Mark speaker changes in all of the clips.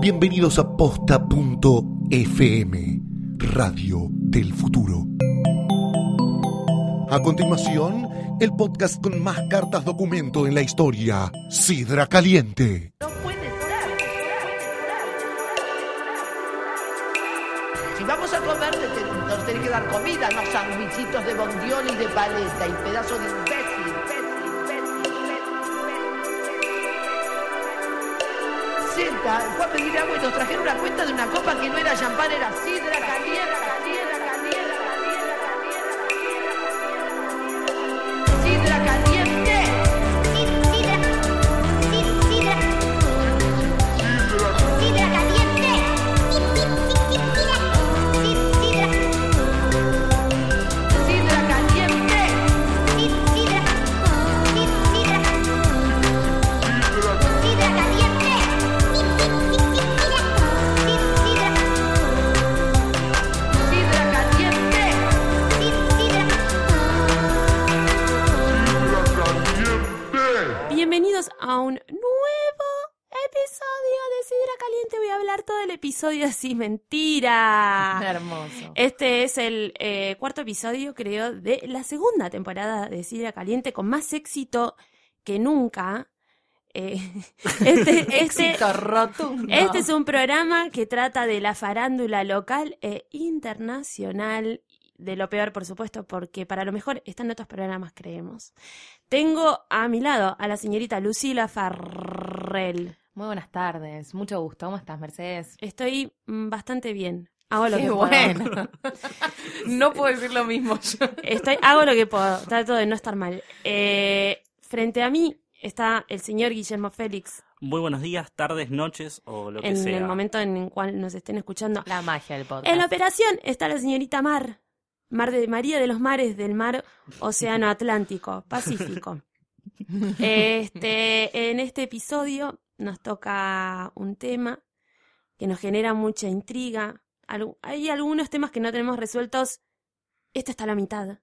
Speaker 1: Bienvenidos a posta.fm, Radio del Futuro. A continuación, el podcast con más cartas documento en la historia, Sidra Caliente.
Speaker 2: No puede ser. Si vamos a comer, te- te- nos tenés que dar comida, no sandwichitos de bondiol y de paleta y pedazo de imbécil. imbécil, imbécil, imbécil. Senta, fue a pedir agua y nos trajeron una cuenta de una copa que no era champán, era sidra caliente, caliente, caliente, caliente, caliente, caliente. Sidra caliente. Sidra caliente, sidra caliente,
Speaker 3: Bienvenidos a un nuevo episodio de Sidra Caliente. Voy a hablar todo el episodio sin
Speaker 4: Ah.
Speaker 3: mentira.
Speaker 4: Hermoso.
Speaker 3: Este es el eh, cuarto episodio, creo, de la segunda temporada de Sidra Caliente con más éxito que nunca. Eh, este, este,
Speaker 4: Éxito rotundo.
Speaker 3: este es un programa que trata de la farándula local e internacional, de lo peor, por supuesto, porque para lo mejor están otros programas, creemos. Tengo a mi lado a la señorita Lucila Farrell.
Speaker 4: Muy buenas tardes. Mucho gusto. ¿Cómo estás, Mercedes?
Speaker 3: Estoy mm, bastante bien. Hago lo
Speaker 4: Qué
Speaker 3: que puedo.
Speaker 4: bueno. no puedo decir lo mismo yo.
Speaker 3: Estoy, hago lo que puedo. Trato de no estar mal. Eh, frente a mí está el señor Guillermo Félix
Speaker 5: Muy buenos días, tardes, noches o lo que
Speaker 3: en
Speaker 5: sea.
Speaker 3: el momento en el cual nos estén escuchando.
Speaker 4: La magia del podcast.
Speaker 3: En la operación está la señorita Mar, Mar de María de los Mares del Mar Océano Atlántico, Pacífico. Este, en este episodio nos toca un tema que nos genera mucha intriga. Algu- Hay algunos temas que no tenemos resueltos. Este está a la mitad.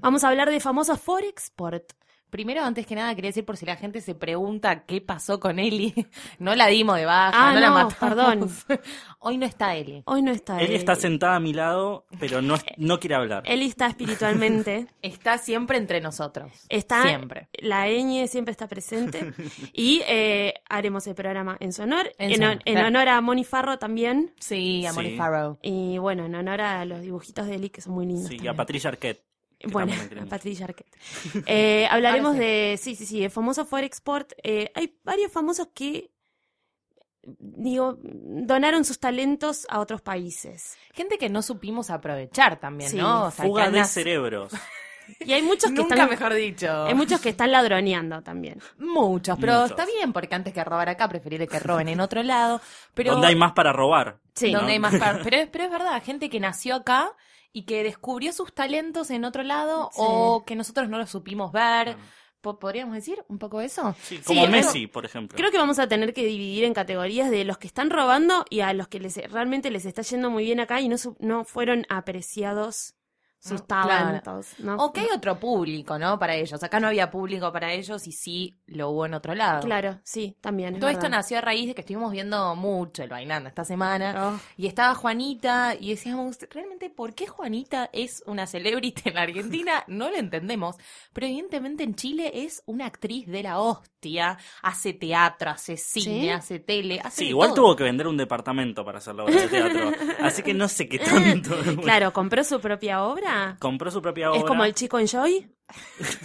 Speaker 3: Vamos a hablar de famosos Forexport.
Speaker 4: Primero, antes que nada, quería decir por si la gente se pregunta qué pasó con Eli. No la dimos de baja,
Speaker 3: Ah,
Speaker 4: no, la
Speaker 3: no,
Speaker 4: matamos.
Speaker 3: perdón.
Speaker 4: Hoy no está Eli.
Speaker 3: Hoy no está.
Speaker 5: Eli está sentada a mi lado, pero no, no quiere hablar.
Speaker 3: Él está espiritualmente.
Speaker 4: Está siempre entre nosotros.
Speaker 3: Está
Speaker 4: Siempre.
Speaker 3: La ñ siempre está presente. Y eh, haremos el programa en su honor. En,
Speaker 4: En su
Speaker 3: hon-
Speaker 4: honor,
Speaker 3: en
Speaker 4: claro.
Speaker 3: honor a Moni Farro también.
Speaker 4: Sí, a Moni
Speaker 5: Sí.
Speaker 4: Farrow.
Speaker 3: Y bueno, en honor a los dibujitos de Eli, que son muy lindos.
Speaker 5: Sí, a
Speaker 3: también.
Speaker 5: Patricia Arquette. que
Speaker 3: bueno,
Speaker 5: tampoco la queremos.
Speaker 3: a Patricia Arquette. Eh, hablaremos
Speaker 4: Ahora sí.
Speaker 3: de, sí, sí, sí, el famoso Forexport. Eh, hay varios famosos que, digo, donaron sus talentos a otros países.
Speaker 4: Gente que no supimos aprovechar también,
Speaker 3: Sí.
Speaker 4: ¿no? O sea,
Speaker 5: Fuga
Speaker 4: que
Speaker 5: de
Speaker 4: andas-
Speaker 5: cerebros.
Speaker 3: Y hay muchos que
Speaker 4: Nunca
Speaker 3: están...
Speaker 4: mejor dicho.
Speaker 3: Hay muchos que están ladroneando también.
Speaker 4: Muchos, pero
Speaker 5: Muchos.
Speaker 4: está bien, porque antes que robar acá, preferiré que roben en otro lado. Pero
Speaker 5: Donde hay más para robar.
Speaker 3: Sí.
Speaker 4: donde hay
Speaker 5: ¿no?
Speaker 4: más par- pero, es- pero es verdad, gente que nació acá y que descubrió sus talentos en otro lado
Speaker 3: Sí.
Speaker 4: o que nosotros no los supimos ver. Po- ¿Podríamos decir un poco eso?
Speaker 5: Sí, como
Speaker 3: creo-
Speaker 5: Messi, por ejemplo.
Speaker 3: Creo que vamos a tener que dividir en categorías de los que están robando y a los que les, realmente les está yendo muy bien acá y no, su- no fueron apreciados sus
Speaker 4: No, claro.
Speaker 3: talentos. ¿no?
Speaker 4: O que hay otro público, ¿no? Para ellos. Acá no había público para ellos y sí lo hubo en otro lado.
Speaker 3: Claro, sí, también. es
Speaker 4: Todo esto
Speaker 3: verdad.
Speaker 4: nació a raíz de que estuvimos viendo mucho el bailando esta semana.
Speaker 3: Oh,
Speaker 4: Y estaba Juanita y decíamos, realmente, ¿por qué Juanita es una celebrity en la Argentina? No lo entendemos. Pero evidentemente en Chile es una actriz de la hostia. Hace teatro, hace cine,
Speaker 3: ¿Sí?
Speaker 4: hace tele, hace
Speaker 5: Sí,
Speaker 4: de
Speaker 5: igual
Speaker 4: todo.
Speaker 5: tuvo que vender un departamento para hacer la obra de teatro. Así que no sé qué tanto.
Speaker 3: Claro, compró su propia obra.
Speaker 5: Compró su propia obra.
Speaker 3: Es como el chico en Joy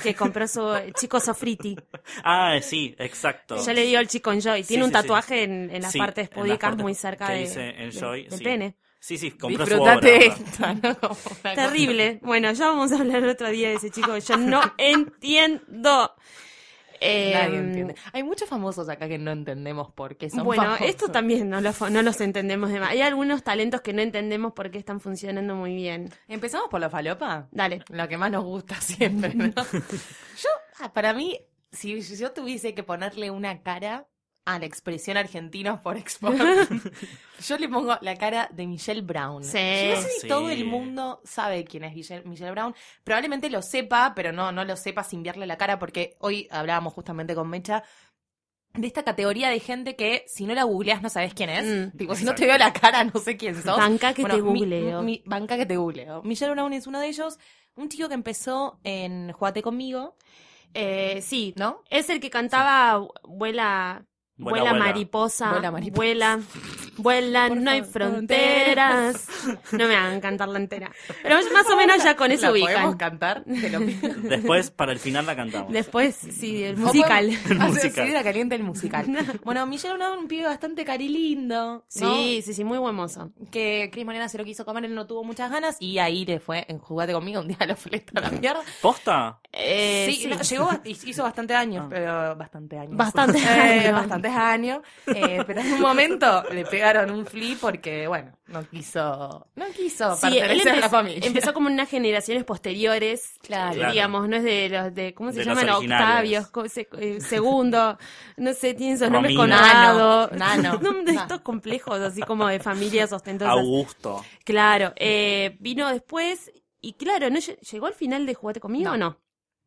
Speaker 3: que compró su el chico Sofriti.
Speaker 5: Ah, sí, exacto.
Speaker 3: Yo le digo el chico en Joy.
Speaker 5: Sí,
Speaker 3: Tiene un
Speaker 5: sí, sí.
Speaker 3: tatuaje en, en las
Speaker 5: Sí,
Speaker 3: partes
Speaker 5: en las
Speaker 3: púdicas
Speaker 5: partes
Speaker 3: muy cerca
Speaker 5: que
Speaker 3: de,
Speaker 5: dice enjoy,
Speaker 3: del- del
Speaker 5: sí.
Speaker 3: pene.
Speaker 5: Sí, sí, compró su obra.
Speaker 4: Disfrutate esta, ¿no? Como una cosa-
Speaker 3: Terrible. Bueno, ya vamos a hablar otro día de ese chico que yo no entiendo. Eh,
Speaker 4: Nadie entiende. Hay muchos famosos acá que no entendemos por qué son
Speaker 3: Bueno,
Speaker 4: famosos.
Speaker 3: esto también no, lo fa- no los entendemos de más. Hay algunos talentos que no entendemos por qué están funcionando muy bien.
Speaker 4: ¿Empezamos por la falopa?
Speaker 3: Dale.
Speaker 4: Lo que más nos gusta siempre, ¿no? yo, ah, para mí, si yo tuviese que ponerle una cara a la expresión argentinos por export, yo le pongo la cara de Michelle Brown.
Speaker 3: Sí.
Speaker 4: Yo no sé si
Speaker 5: Sí.
Speaker 4: todo el mundo sabe quién es Michelle, Michelle Brown. Probablemente lo sepa, pero no, no lo sepa sin verle la cara, porque hoy hablábamos justamente con Mecha de esta categoría de gente que si no la googleas no sabes quién es.
Speaker 3: Mm.
Speaker 4: Tipo, si no te veo la cara, no sé quién sos.
Speaker 3: Banca que
Speaker 4: Bueno,
Speaker 3: te
Speaker 4: mi-
Speaker 3: googleo.
Speaker 4: mi- banca que te googleo. Michelle Brown es uno de ellos. Un chico que empezó en Jugate conmigo,
Speaker 3: Eh, sí,
Speaker 4: ¿no?
Speaker 3: es el que cantaba Vuela,
Speaker 5: Vuela,
Speaker 3: vuela,
Speaker 5: vuela.
Speaker 3: mariposa,
Speaker 4: Vuela, mariposa.
Speaker 3: vuela, vuela,
Speaker 4: Por
Speaker 3: no hay
Speaker 4: favor.
Speaker 3: fronteras. No me hagan cantarla entera. Pero más o menos ya con eso
Speaker 4: ¿La podemos
Speaker 3: ubican.
Speaker 4: cantar? Te lo pido.
Speaker 5: Después, para el final la cantamos.
Speaker 3: Después, sí, el
Speaker 4: O
Speaker 3: musical.
Speaker 4: podemos
Speaker 5: El
Speaker 4: hacer
Speaker 5: musical.
Speaker 4: Sidra Caliente el musical. Bueno, Michelle Brown, un pibe bastante carilindo. ¿no?
Speaker 3: Sí, sí, sí, muy buen mozo.
Speaker 4: Que Cris Morena se lo quiso comer, él no tuvo muchas ganas. Y ahí le fue en Jugate conmigo, un día lo fleta a la mierda.
Speaker 5: ¿Posta?
Speaker 3: Eh,
Speaker 4: sí, no, llegó, bast- hizo bastante daño,
Speaker 5: Ah.
Speaker 4: pero bastante años.
Speaker 3: Bastante
Speaker 4: Eh,
Speaker 3: daño.
Speaker 4: bastantes años. eh, pero en un momento le pegaron un flip porque, bueno, no quiso, no quiso
Speaker 3: Sí, él
Speaker 4: pertenecer a la
Speaker 3: empezó-
Speaker 4: familia.
Speaker 3: empezó como en unas generaciones posteriores,
Speaker 4: Claro.
Speaker 5: Claro.
Speaker 3: digamos, no es de los de, ¿cómo se
Speaker 5: De los
Speaker 3: llaman?
Speaker 5: originales.
Speaker 3: Octavios, co- se- eh, segundo, no sé, tienen esos nombres con
Speaker 5: Romina.
Speaker 3: nano,
Speaker 4: Nano, nano.
Speaker 3: de estos complejos, así como de familias ostentosas.
Speaker 5: Augusto.
Speaker 3: Claro, eh, vino después y claro, ¿no lle- llegó al final de Jugate conmigo
Speaker 4: No.
Speaker 3: o no?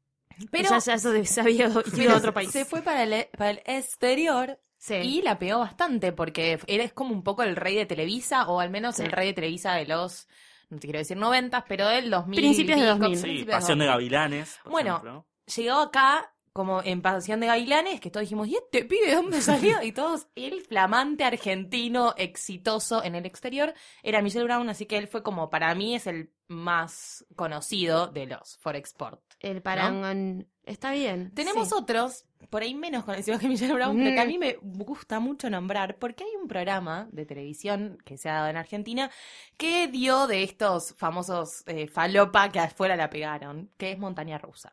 Speaker 4: Pero
Speaker 3: ya, ya eso de- se había ido
Speaker 4: pero
Speaker 3: a otro país.
Speaker 4: se fue para el, e, para el exterior
Speaker 3: Sí.
Speaker 4: y la pegó bastante porque eres como un poco el rey de Televisa, o al menos
Speaker 3: Sí.
Speaker 4: el rey de Televisa de los, no te quiero decir noventas, pero del 2000.
Speaker 3: Principios de
Speaker 4: y pico,
Speaker 3: 2000. Sí,
Speaker 5: Sí,
Speaker 4: principios de
Speaker 5: Pasión de Gavilanes. por
Speaker 4: Bueno,
Speaker 5: ejemplo.
Speaker 4: llegó acá como en Pasión de Gailanes, que todos dijimos, ¿y este pibe de dónde salió? Y todos, el flamante argentino exitoso en el exterior era Michelle Brown, así que él fue como, para mí es el más conocido de los Forexport.
Speaker 3: el parangón. Está bien.
Speaker 4: Tenemos
Speaker 3: sí.
Speaker 4: otros, por ahí menos conocidos que Michelle Brown, pero que a
Speaker 3: Mm.
Speaker 4: mí me gusta mucho nombrar, porque hay un programa de televisión que se ha dado en Argentina que dio de estos famosos eh, falopa que afuera la pegaron, que es Montaña Rusa.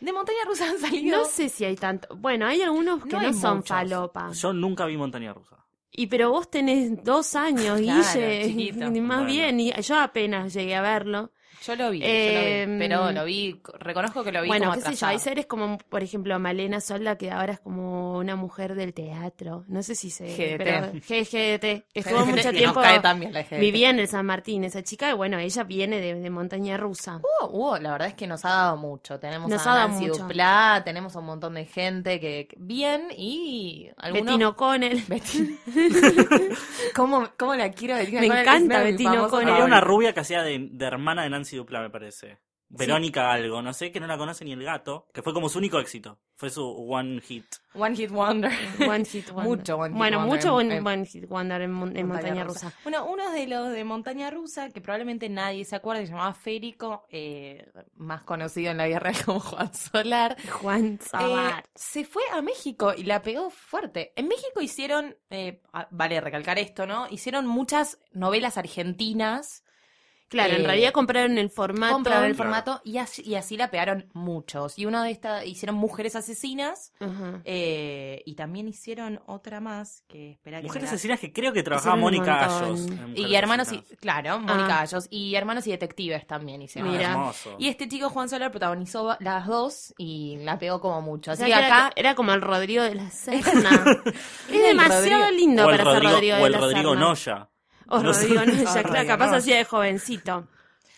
Speaker 4: De Montaña Rusa han salido...
Speaker 3: No sé si hay tanto. Bueno, hay algunos que
Speaker 4: No
Speaker 3: no,
Speaker 4: hay
Speaker 3: son
Speaker 4: muchos.
Speaker 3: falopa.
Speaker 5: Yo nunca vi Montaña Rusa.
Speaker 3: Y pero vos tenés dos años, Guille.
Speaker 4: Claro, chiquito.
Speaker 3: Ni más
Speaker 5: Bueno.
Speaker 3: bien, y yo apenas llegué a verlo.
Speaker 4: Yo lo vi, yo lo
Speaker 3: Em,
Speaker 4: vi, pero lo vi, reconozco que lo vi
Speaker 3: bueno,
Speaker 4: como
Speaker 3: qué sé yo,
Speaker 4: atrasado.
Speaker 3: hay seres como, por ejemplo, Malena Solda, que ahora es como una mujer del teatro. No sé si se.
Speaker 4: GDT.
Speaker 3: pero- GGDT, que estuvo
Speaker 4: Que
Speaker 3: mucho
Speaker 4: nos
Speaker 3: tiempo.
Speaker 4: cae también la gente.
Speaker 3: Vivía en el San Martín, esa chica, y bueno, ella viene de, de montaña rusa.
Speaker 4: Hubo- hubo, la verdad es que nos ha dado mucho. Tenemos
Speaker 3: Nos
Speaker 4: a
Speaker 3: ha dado
Speaker 4: Nancy
Speaker 3: mucho.
Speaker 4: Duplá, tenemos a un montón de gente que que- bien y algunos...
Speaker 3: Betino Connell.
Speaker 4: Betty. ¿Cómo, ¿Cómo la quiero? Bettina
Speaker 3: Me
Speaker 4: Connell,
Speaker 3: encanta
Speaker 4: es una de mis
Speaker 3: Bettina
Speaker 4: famosas
Speaker 3: Connell.
Speaker 5: Había una
Speaker 4: favoritas.
Speaker 5: rubia que hacía de, de hermana de Nancy Dupla, me parece. Verónica algo, no sé, que no la conoce ni el gato, que fue como su único éxito. Fue su one hit.
Speaker 4: One Hit Wonder.
Speaker 3: One Hit Wonder.
Speaker 4: Mucho One Hit
Speaker 3: bueno,
Speaker 4: Wonder
Speaker 3: mucho
Speaker 4: en-
Speaker 3: One,
Speaker 4: en-
Speaker 3: One Hit Wonder en, mon- en montaña, rusa.
Speaker 4: Bueno, uno de los de Montaña Rusa, que probablemente nadie se acuerda, se llamaba Férico, eh, más conocido en la guerra como Juan Solar.
Speaker 3: Juan Sabat.
Speaker 4: Eh, se fue a México y la pegó fuerte. En México hicieron, eh, ah, vale recalcar esto, ¿no? Hicieron muchas novelas argentinas,
Speaker 3: claro, en
Speaker 4: eh,
Speaker 3: realidad compraron el formato.
Speaker 4: compraron el
Speaker 5: Claro.
Speaker 4: formato y así, y así la pegaron muchos. Y una de estas, hicieron Mujeres Asesinas
Speaker 3: Ajá.
Speaker 4: eh, y también hicieron otra más que espera que me
Speaker 5: Mujeres
Speaker 4: la-
Speaker 5: asesinas que creo que trabajaba
Speaker 3: Son un
Speaker 5: Mónica
Speaker 3: montón.
Speaker 5: Gallos. en Mujeres
Speaker 4: Y hermanos, y,
Speaker 5: Asesinas.
Speaker 4: claro, Mónica Gallos. Y hermanos y detectives también hicieron.
Speaker 3: Ah. Mira.
Speaker 5: hermoso.
Speaker 4: Y este chico Juan Solar protagonizó va- las dos y la pegó como mucho.
Speaker 3: O
Speaker 4: Así
Speaker 3: sea,
Speaker 4: que
Speaker 3: que era-
Speaker 4: acá
Speaker 3: era, como el Rodrigo de la Serna. es
Speaker 4: Era el
Speaker 3: demasiado
Speaker 4: Rodrigo.
Speaker 3: lindo
Speaker 5: o el
Speaker 3: para
Speaker 5: Rodrigo,
Speaker 3: ser Rodrigo
Speaker 5: o
Speaker 3: de
Speaker 5: el
Speaker 3: la
Speaker 5: Rodrigo
Speaker 3: Serna.
Speaker 5: Noya.
Speaker 3: O
Speaker 5: No sé.
Speaker 3: Rodrigo Noya,
Speaker 4: O
Speaker 3: claro,
Speaker 4: Rodrigo
Speaker 3: capaz
Speaker 4: Noya.
Speaker 3: hacía de jovencito.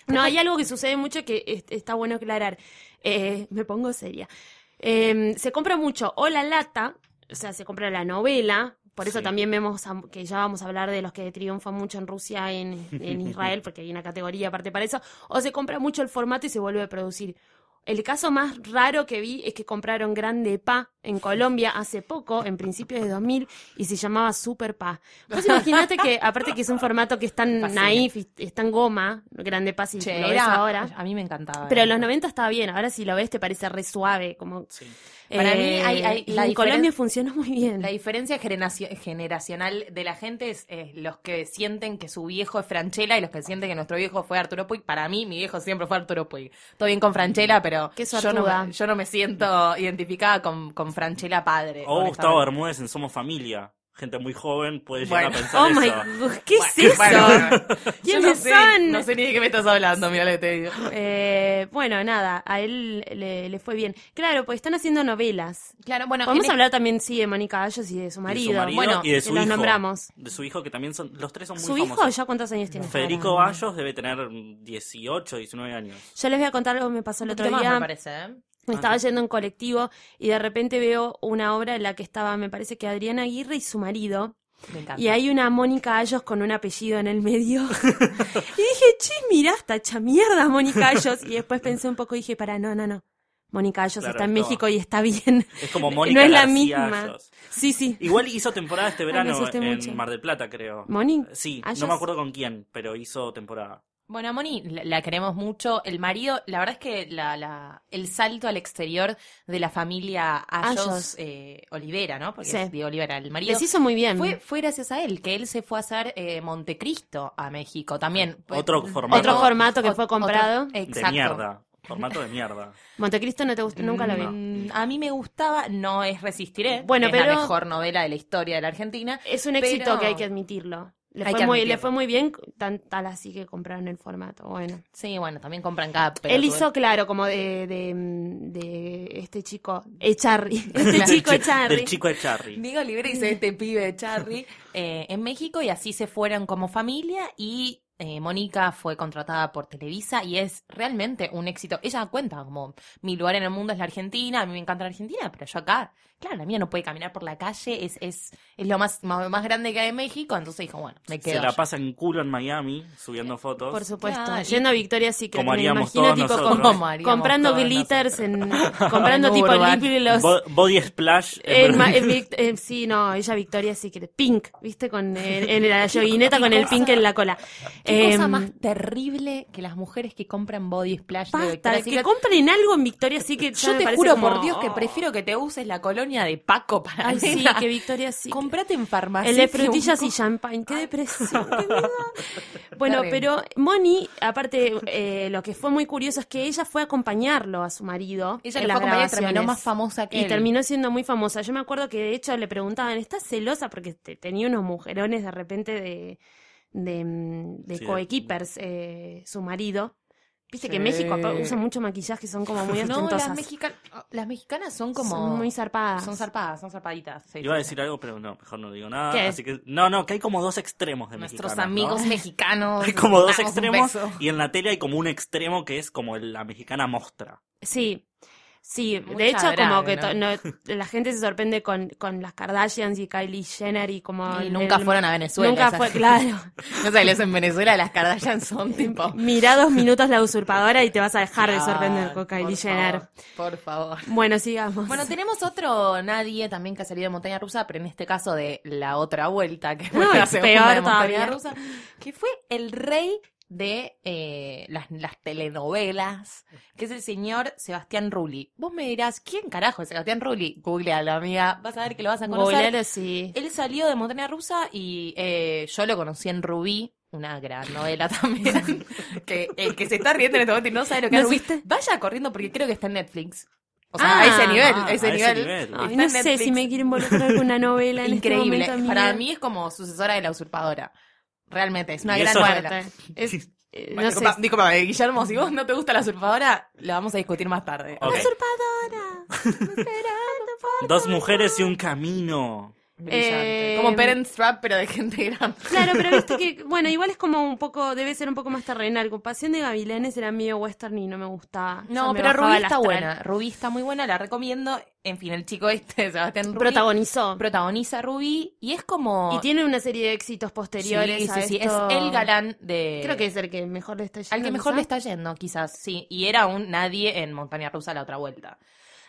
Speaker 3: No, hay algo que sucede mucho que es- está bueno aclarar. Eh, me pongo seria. Eh, se compra mucho o la lata, o sea, se compra la novela. Por eso
Speaker 5: Sí.
Speaker 3: también vemos a- que ya vamos a hablar de los que triunfan mucho en Rusia, en, en Israel, porque hay una categoría aparte para eso. O se compra mucho el formato y se vuelve a producir. El caso más raro que vi es que compraron Grande Pa en Colombia hace poco, en principios de 2000, y se llamaba Super Pa. Vos imaginate que, aparte que es un formato que es tan
Speaker 4: Fascina.
Speaker 3: naif, y es tan goma, Grande Pa si
Speaker 4: Che,
Speaker 3: lo ves
Speaker 4: era-
Speaker 3: ahora.
Speaker 4: a mí me encantaba.
Speaker 3: Pero en
Speaker 4: era.
Speaker 3: los 90 estaba bien, ahora si lo ves te parece re suave, como... Eh,
Speaker 5: Sí.
Speaker 4: Para mí hay- hay-
Speaker 3: y
Speaker 4: la
Speaker 3: en
Speaker 4: diferen-
Speaker 3: Colombia funcionó muy bien.
Speaker 4: La diferencia generacio- generacional de la gente es, eh, los que sienten que su viejo es Franchella y los que sienten que nuestro viejo fue Arturo Puig. Para mí, mi viejo siempre fue Arturo Puig. Todo bien con Franchella, pero
Speaker 3: Qué
Speaker 4: yo no,
Speaker 3: suertuda.
Speaker 4: me, yo no me siento identificada con, con Franchella
Speaker 3: Eh,
Speaker 4: padre.
Speaker 5: O Oh, Gustavo
Speaker 4: honestamente.
Speaker 5: Bermúdez en Somos Familia. Gente muy joven puede llegar
Speaker 4: Bueno.
Speaker 5: a pensar
Speaker 3: Oh
Speaker 5: eso.
Speaker 3: my god, ¿qué es eso?
Speaker 4: Bueno, bueno, bueno. Yo
Speaker 3: ¿Quiénes
Speaker 4: no sé,
Speaker 3: son?
Speaker 4: No sé ni de qué me estás hablando, mira lo que te digo.
Speaker 3: Eh, bueno, nada, a él le, le fue bien. Claro, pues están haciendo novelas.
Speaker 4: Claro, bueno,
Speaker 3: Podemos
Speaker 4: en- e-
Speaker 3: hablar también, sí, de Mónica Gallos y de su
Speaker 5: Y de
Speaker 3: marido.
Speaker 5: su marido
Speaker 3: bueno,
Speaker 5: y de su
Speaker 3: los
Speaker 5: hijo.
Speaker 3: nombramos.
Speaker 5: De su hijo, que también son. Los tres son muy
Speaker 3: ¿Su hijo
Speaker 5: famosos.
Speaker 3: ya cuántos años tiene?
Speaker 5: Federico Gallos debe tener 18, 19 años.
Speaker 3: Yo les voy a contar algo que me pasó el
Speaker 4: un
Speaker 3: otro
Speaker 4: poquito más,
Speaker 3: día.
Speaker 4: me parece, ¿eh?
Speaker 3: Me Estaba
Speaker 5: Ah.
Speaker 3: yendo en colectivo y de repente veo una obra en la que estaba, me parece que Adriana Aguirre y su marido.
Speaker 4: Me encanta.
Speaker 3: Y hay una Mónica Ayos con un apellido en el medio. y dije, chis, mirá, está hecha mierda Mónica Ayos. Y después pensé un poco y dije, para, no, no, no. Mónica Ayos
Speaker 5: Claro,
Speaker 3: está en
Speaker 5: no.
Speaker 3: México y está bien.
Speaker 5: Es como
Speaker 3: No
Speaker 5: Mónica
Speaker 3: es la
Speaker 5: García
Speaker 3: misma.
Speaker 5: Ayos.
Speaker 3: Sí, sí.
Speaker 5: Igual hizo temporada este
Speaker 3: me
Speaker 5: verano
Speaker 3: asusté
Speaker 5: en
Speaker 3: mucho.
Speaker 5: Mar del Plata, creo.
Speaker 3: Moni,
Speaker 5: Sí,
Speaker 3: Ayos.
Speaker 5: no me acuerdo con quién, pero hizo temporada.
Speaker 4: Bueno, a Moni la, la queremos mucho. El marido, la verdad es que la, la- el salto al exterior de la familia Ayos,
Speaker 3: Ayos.
Speaker 4: eh, Olivera, ¿no? Porque
Speaker 3: Sí.
Speaker 4: es de Olivera, el marido.
Speaker 3: les hizo muy bien.
Speaker 4: Fue, fue gracias a él que él se fue a hacer eh, Montecristo a México también.
Speaker 5: Otro formato.
Speaker 3: Otro formato que
Speaker 4: Ot-
Speaker 3: fue comprado.
Speaker 4: otro-
Speaker 5: De
Speaker 4: exacto.
Speaker 5: mierda. Formato de mierda.
Speaker 3: Montecristo no te gustó, nunca lo vi.
Speaker 4: Mm, A mí me gustaba, no es Resistiré.
Speaker 3: Bueno,
Speaker 4: que es
Speaker 3: pero-
Speaker 4: la mejor novela de la historia de la Argentina.
Speaker 3: Es un éxito
Speaker 4: Pero-
Speaker 3: que hay que admitirlo. Le
Speaker 4: Hay
Speaker 3: fue,
Speaker 4: que
Speaker 3: muy, le
Speaker 4: admitirlo.
Speaker 3: fue muy bien, tan, tal así que compraron el formato. Bueno.
Speaker 4: Sí, bueno, también compran cada
Speaker 3: Él
Speaker 4: pelotudo.
Speaker 3: hizo, claro, como de, de, de este chico, Echarri. Este
Speaker 4: Claro.
Speaker 3: chico
Speaker 5: Del chi-
Speaker 3: Echarri.
Speaker 5: Del chico Echarri.
Speaker 4: Diego Libre dice este pibe Charry eh, en México y así se fueron como familia y eh, Mónica fue contratada por Televisa y es realmente un éxito. Ella cuenta como mi lugar en el mundo es la Argentina, a mí me encanta la Argentina, pero yo acá, claro, la mía no puede caminar por la calle, es, es, es lo más, más, más grande que hay en México, entonces dijo, bueno, me quedo.
Speaker 5: Se la
Speaker 4: allá.
Speaker 5: pasa en culo en Miami, subiendo fotos.
Speaker 3: Por supuesto.
Speaker 4: Claro, y-
Speaker 3: Yendo a Victoria sí que
Speaker 5: Como
Speaker 3: me
Speaker 5: haríamos
Speaker 3: imagino
Speaker 5: todos
Speaker 3: tipo
Speaker 5: nosotros.
Speaker 3: com-
Speaker 4: Como haríamos
Speaker 3: comprando
Speaker 4: todos
Speaker 3: glitters en comprando
Speaker 4: En
Speaker 3: tipo
Speaker 4: Urban.
Speaker 3: lip gloss.
Speaker 5: Bo- body splash. eh,
Speaker 3: En
Speaker 5: pero-
Speaker 3: ma- en Vic- eh, sí, no, ella Victoria sí que pink, ¿viste? Con el- en la yoguineta con el pink en la cola.
Speaker 4: ¿Qué
Speaker 3: Em,
Speaker 4: cosa más terrible que las mujeres que compran body splash de
Speaker 3: Basta,
Speaker 4: Victoria's
Speaker 3: que
Speaker 4: Secret?
Speaker 3: compren algo en Victoria sí que
Speaker 4: Yo te juro por Dios que prefiero que te uses la colonia de Paco para
Speaker 3: "Oh". Ay, sí,
Speaker 4: nena.
Speaker 3: que Victoria sí.
Speaker 4: Comprate en farmacia.
Speaker 3: El de frutillas y
Speaker 4: ya.
Speaker 3: champagne, qué depresión. que me da. bueno,
Speaker 4: Terrible.
Speaker 3: pero Moni, aparte, eh, lo que fue muy curioso es que ella fue a acompañarlo a su marido.
Speaker 4: Ella
Speaker 3: en
Speaker 4: que fue
Speaker 3: las
Speaker 4: acompañada terminó
Speaker 3: grabaciones.
Speaker 4: más famosa que
Speaker 3: Y
Speaker 4: él.
Speaker 3: terminó siendo muy famosa. Yo me acuerdo que de hecho le preguntaban, ¿estás celosa? Porque te- tenía unos mujerones de repente de, de, mm, de
Speaker 5: Sí,
Speaker 3: coequippers, eh, su marido. Viste que
Speaker 4: Sí.
Speaker 3: en México apa- usa mucho maquillaje, son como muy
Speaker 4: No, las,
Speaker 3: ostentosas.
Speaker 4: mexican- las mexicanas son como.
Speaker 3: Son muy zarpadas.
Speaker 4: Son zarpadas, son zarpaditas. sí,
Speaker 5: Iba a
Speaker 4: sí,
Speaker 5: decir algo, pero no, mejor no digo nada.
Speaker 3: ¿Qué?
Speaker 5: Así que, no, no, que hay como dos extremos
Speaker 4: sí.
Speaker 5: de
Speaker 4: Nuestros
Speaker 5: mexicanas, ¿no?
Speaker 4: amigos mexicanos.
Speaker 5: Hay como dos
Speaker 4: damos un
Speaker 5: extremos
Speaker 4: beso.
Speaker 5: y en la tele hay como un extremo que es como el- la mexicana mostra.
Speaker 3: Sí, sí.
Speaker 4: Mucha
Speaker 3: de hecho, como
Speaker 4: drag,
Speaker 3: que
Speaker 4: ¿no?
Speaker 3: to- no- la gente se sorprende con, con las Kardashians y Kylie Jenner y como...
Speaker 4: Y
Speaker 3: el-
Speaker 4: nunca
Speaker 3: el-
Speaker 4: fueron a Venezuela.
Speaker 3: Nunca
Speaker 4: esas-
Speaker 3: fue, claro.
Speaker 4: No sé, les en Venezuela las Kardashian son tipo.
Speaker 3: Mirá dos minutos la usurpadora y te vas a dejar de sorprender
Speaker 4: Ah,
Speaker 3: con Kylie
Speaker 4: por
Speaker 3: Jenner.
Speaker 4: favor, por favor.
Speaker 3: Bueno, sigamos.
Speaker 4: Bueno, tenemos otro nadie también que ha salido de montaña rusa, pero en este caso de la otra vuelta, que fue
Speaker 3: No,
Speaker 4: la
Speaker 3: es
Speaker 4: segunda
Speaker 3: peor
Speaker 4: de
Speaker 3: todavía.
Speaker 4: montaña rusa, que fue el rey de eh, las, las telenovelas, que es el señor Sebastián Rulli. Vos me dirás, ¿quién carajo es Sebastián Rulli? Googlealo, amiga, vas a ver que lo vas a conocer. Eh,
Speaker 3: Googlealo, sí.
Speaker 4: Él salió de Montaña Rusa y eh, yo lo conocí en Rubí, una gran novela también. que el que se está riendo en este momento y no sabe lo que es
Speaker 3: ¿No
Speaker 4: Rubí,
Speaker 3: viste?
Speaker 4: vaya corriendo porque creo que está en Netflix. O sea,
Speaker 3: Ah,
Speaker 4: a ese nivel,
Speaker 5: ah,
Speaker 4: a ese
Speaker 5: a ese
Speaker 4: nivel.
Speaker 5: nivel.
Speaker 4: Está
Speaker 3: Ay,
Speaker 4: en
Speaker 3: no sé
Speaker 4: Netflix.
Speaker 3: si me quiero involucrar con una novela en este
Speaker 4: Increíble.
Speaker 3: momento,
Speaker 4: Para
Speaker 3: amiga.
Speaker 4: mí es como sucesora de la usurpadora. Realmente, es una
Speaker 5: Y
Speaker 4: gran
Speaker 5: eso-
Speaker 4: novela.
Speaker 3: Es- eh, no
Speaker 4: Bueno,
Speaker 3: sé.
Speaker 4: disculpa- disculpame, Guillermo, si vos no te gusta la usurpadora, la vamos a discutir más tarde.
Speaker 5: Ok. Dos mujeres y un camino.
Speaker 4: Brillante.
Speaker 3: Eh,
Speaker 4: Como Parents Trap, pero de gente grande.
Speaker 3: Claro, pero viste que, bueno, igual es como un poco, debe ser un poco más terrenal. Con Pasión de Gavilanes era medio western y no me gustaba. Ya
Speaker 4: No,
Speaker 3: me
Speaker 4: pero
Speaker 3: bajaba
Speaker 4: Rubí
Speaker 3: el
Speaker 4: está
Speaker 3: astral.
Speaker 4: buena. Rubí está muy buena, la recomiendo. En fin, el chico este, Sebastián Rubí,
Speaker 3: Protagonizó.
Speaker 4: protagoniza a Rubí y es como.
Speaker 3: Y tiene una serie de éxitos posteriores.
Speaker 4: Sí,
Speaker 3: a
Speaker 4: sí, sí, es
Speaker 3: esto.
Speaker 4: el galán de.
Speaker 3: Creo que es el que mejor le está yendo.
Speaker 4: Al que mejor
Speaker 3: quizá.
Speaker 4: le está yendo, quizás, sí. Y era un nadie en Montaña Rusa la otra vuelta.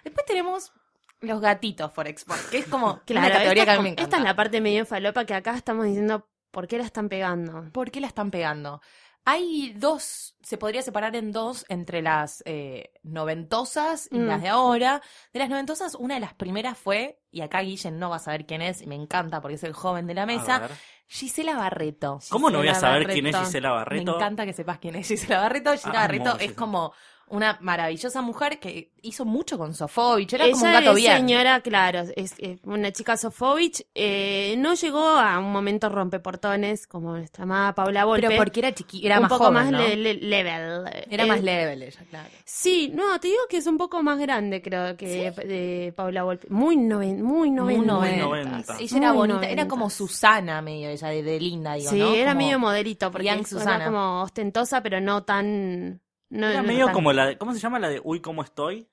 Speaker 4: Después tenemos los gatitos por export, que es como
Speaker 3: Claro,
Speaker 4: una categoría que
Speaker 3: esta,
Speaker 4: a
Speaker 3: es
Speaker 4: mí
Speaker 3: como-
Speaker 4: me encanta.
Speaker 3: esta es la parte medio falopa que acá estamos diciendo por qué la están pegando.
Speaker 4: ¿Por qué la están pegando? Hay dos, se podría separar en dos entre las eh, noventosas y
Speaker 3: Mm.
Speaker 4: las de ahora. De las noventosas, una de las primeras fue, y acá Guillen no va a saber quién es, y me encanta porque es el joven de la
Speaker 5: A
Speaker 4: mesa,
Speaker 5: ver.
Speaker 4: Gisela Barreto.
Speaker 5: Ah, ¿Cómo no voy a
Speaker 3: Gisela
Speaker 5: saber quién es
Speaker 3: Barreto.
Speaker 5: Gisela Barreto?
Speaker 4: Me encanta que sepas quién es Gisela Barreto. Gisela
Speaker 5: Amo
Speaker 4: Barreto es
Speaker 5: Gisela.
Speaker 4: como una maravillosa mujer que hizo mucho con Sofovich, era
Speaker 3: Ella
Speaker 4: como un gato
Speaker 3: es
Speaker 4: bien.
Speaker 3: señora, claro, es eh, una chica Sofovich. eh, no llegó a un momento rompeportones como nuestra amada Paula Volpe.
Speaker 4: Pero porque era chiquita, era
Speaker 3: un
Speaker 4: más
Speaker 3: poco
Speaker 4: joven,
Speaker 3: más
Speaker 4: ¿no?
Speaker 3: le- le- level.
Speaker 4: Era
Speaker 3: Eh,
Speaker 4: más level ella, claro.
Speaker 3: Sí, no, te digo que es un poco más grande, creo, que de Paula Volpe. Muy noven, muy noventa.
Speaker 5: noventas.
Speaker 4: Ella era
Speaker 3: Muy
Speaker 4: bonita, era
Speaker 3: noventas.
Speaker 4: como Susana medio ella, de, de linda, digo,
Speaker 3: Sí,
Speaker 4: ¿no?
Speaker 3: era
Speaker 4: Como-
Speaker 3: medio modelito, porque
Speaker 4: Young
Speaker 3: es- era
Speaker 4: Susana.
Speaker 3: como ostentosa, pero no tan... No,
Speaker 5: Era
Speaker 3: no
Speaker 5: medio
Speaker 3: tan-
Speaker 5: como la de, ¿cómo se llama la de Uy, cómo estoy?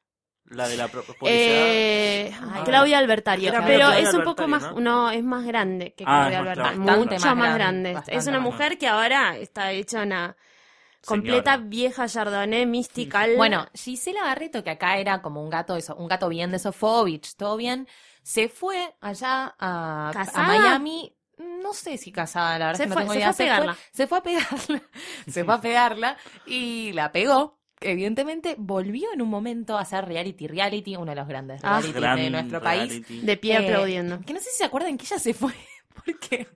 Speaker 5: La de la pro- publicidad.
Speaker 3: Eh,
Speaker 4: Ay,
Speaker 3: Claudia Albertario.
Speaker 5: Era
Speaker 3: Pero
Speaker 5: Claudia
Speaker 3: es un poco
Speaker 5: Albertario,
Speaker 3: más.
Speaker 5: ¿no?
Speaker 3: ¿no? es más grande que Claudia
Speaker 5: Ah, es más
Speaker 3: Albertario.
Speaker 4: grande.
Speaker 3: Mucho
Speaker 4: Bastante
Speaker 3: más
Speaker 4: más
Speaker 3: grande.
Speaker 4: grande,
Speaker 3: Es una
Speaker 4: bastante más
Speaker 3: mujer que ahora está hecha una completa vieja Chardonnay mystical.
Speaker 4: Bueno, Gisela Barreto, que acá era como un gato, eso, un gato bien de Sofovich, todo bien, se fue allá a, a
Speaker 3: ¿Casada?
Speaker 4: Miami. No sé si casada, la verdad.
Speaker 3: Se
Speaker 4: es que no
Speaker 3: fue-
Speaker 4: tengo
Speaker 3: se fue
Speaker 4: idea.
Speaker 3: a pegarla.
Speaker 4: se fue a pegarla. se fue a pegarla y la pegó. Evidentemente volvió en un momento a hacer reality, reality, uno de los grandes
Speaker 3: Ah.
Speaker 4: reality
Speaker 5: Gran
Speaker 4: de nuestro país.
Speaker 5: reality.
Speaker 3: de pie
Speaker 4: Eh,
Speaker 3: aplaudiendo.
Speaker 4: Que no sé si se acuerdan que ella se fue porque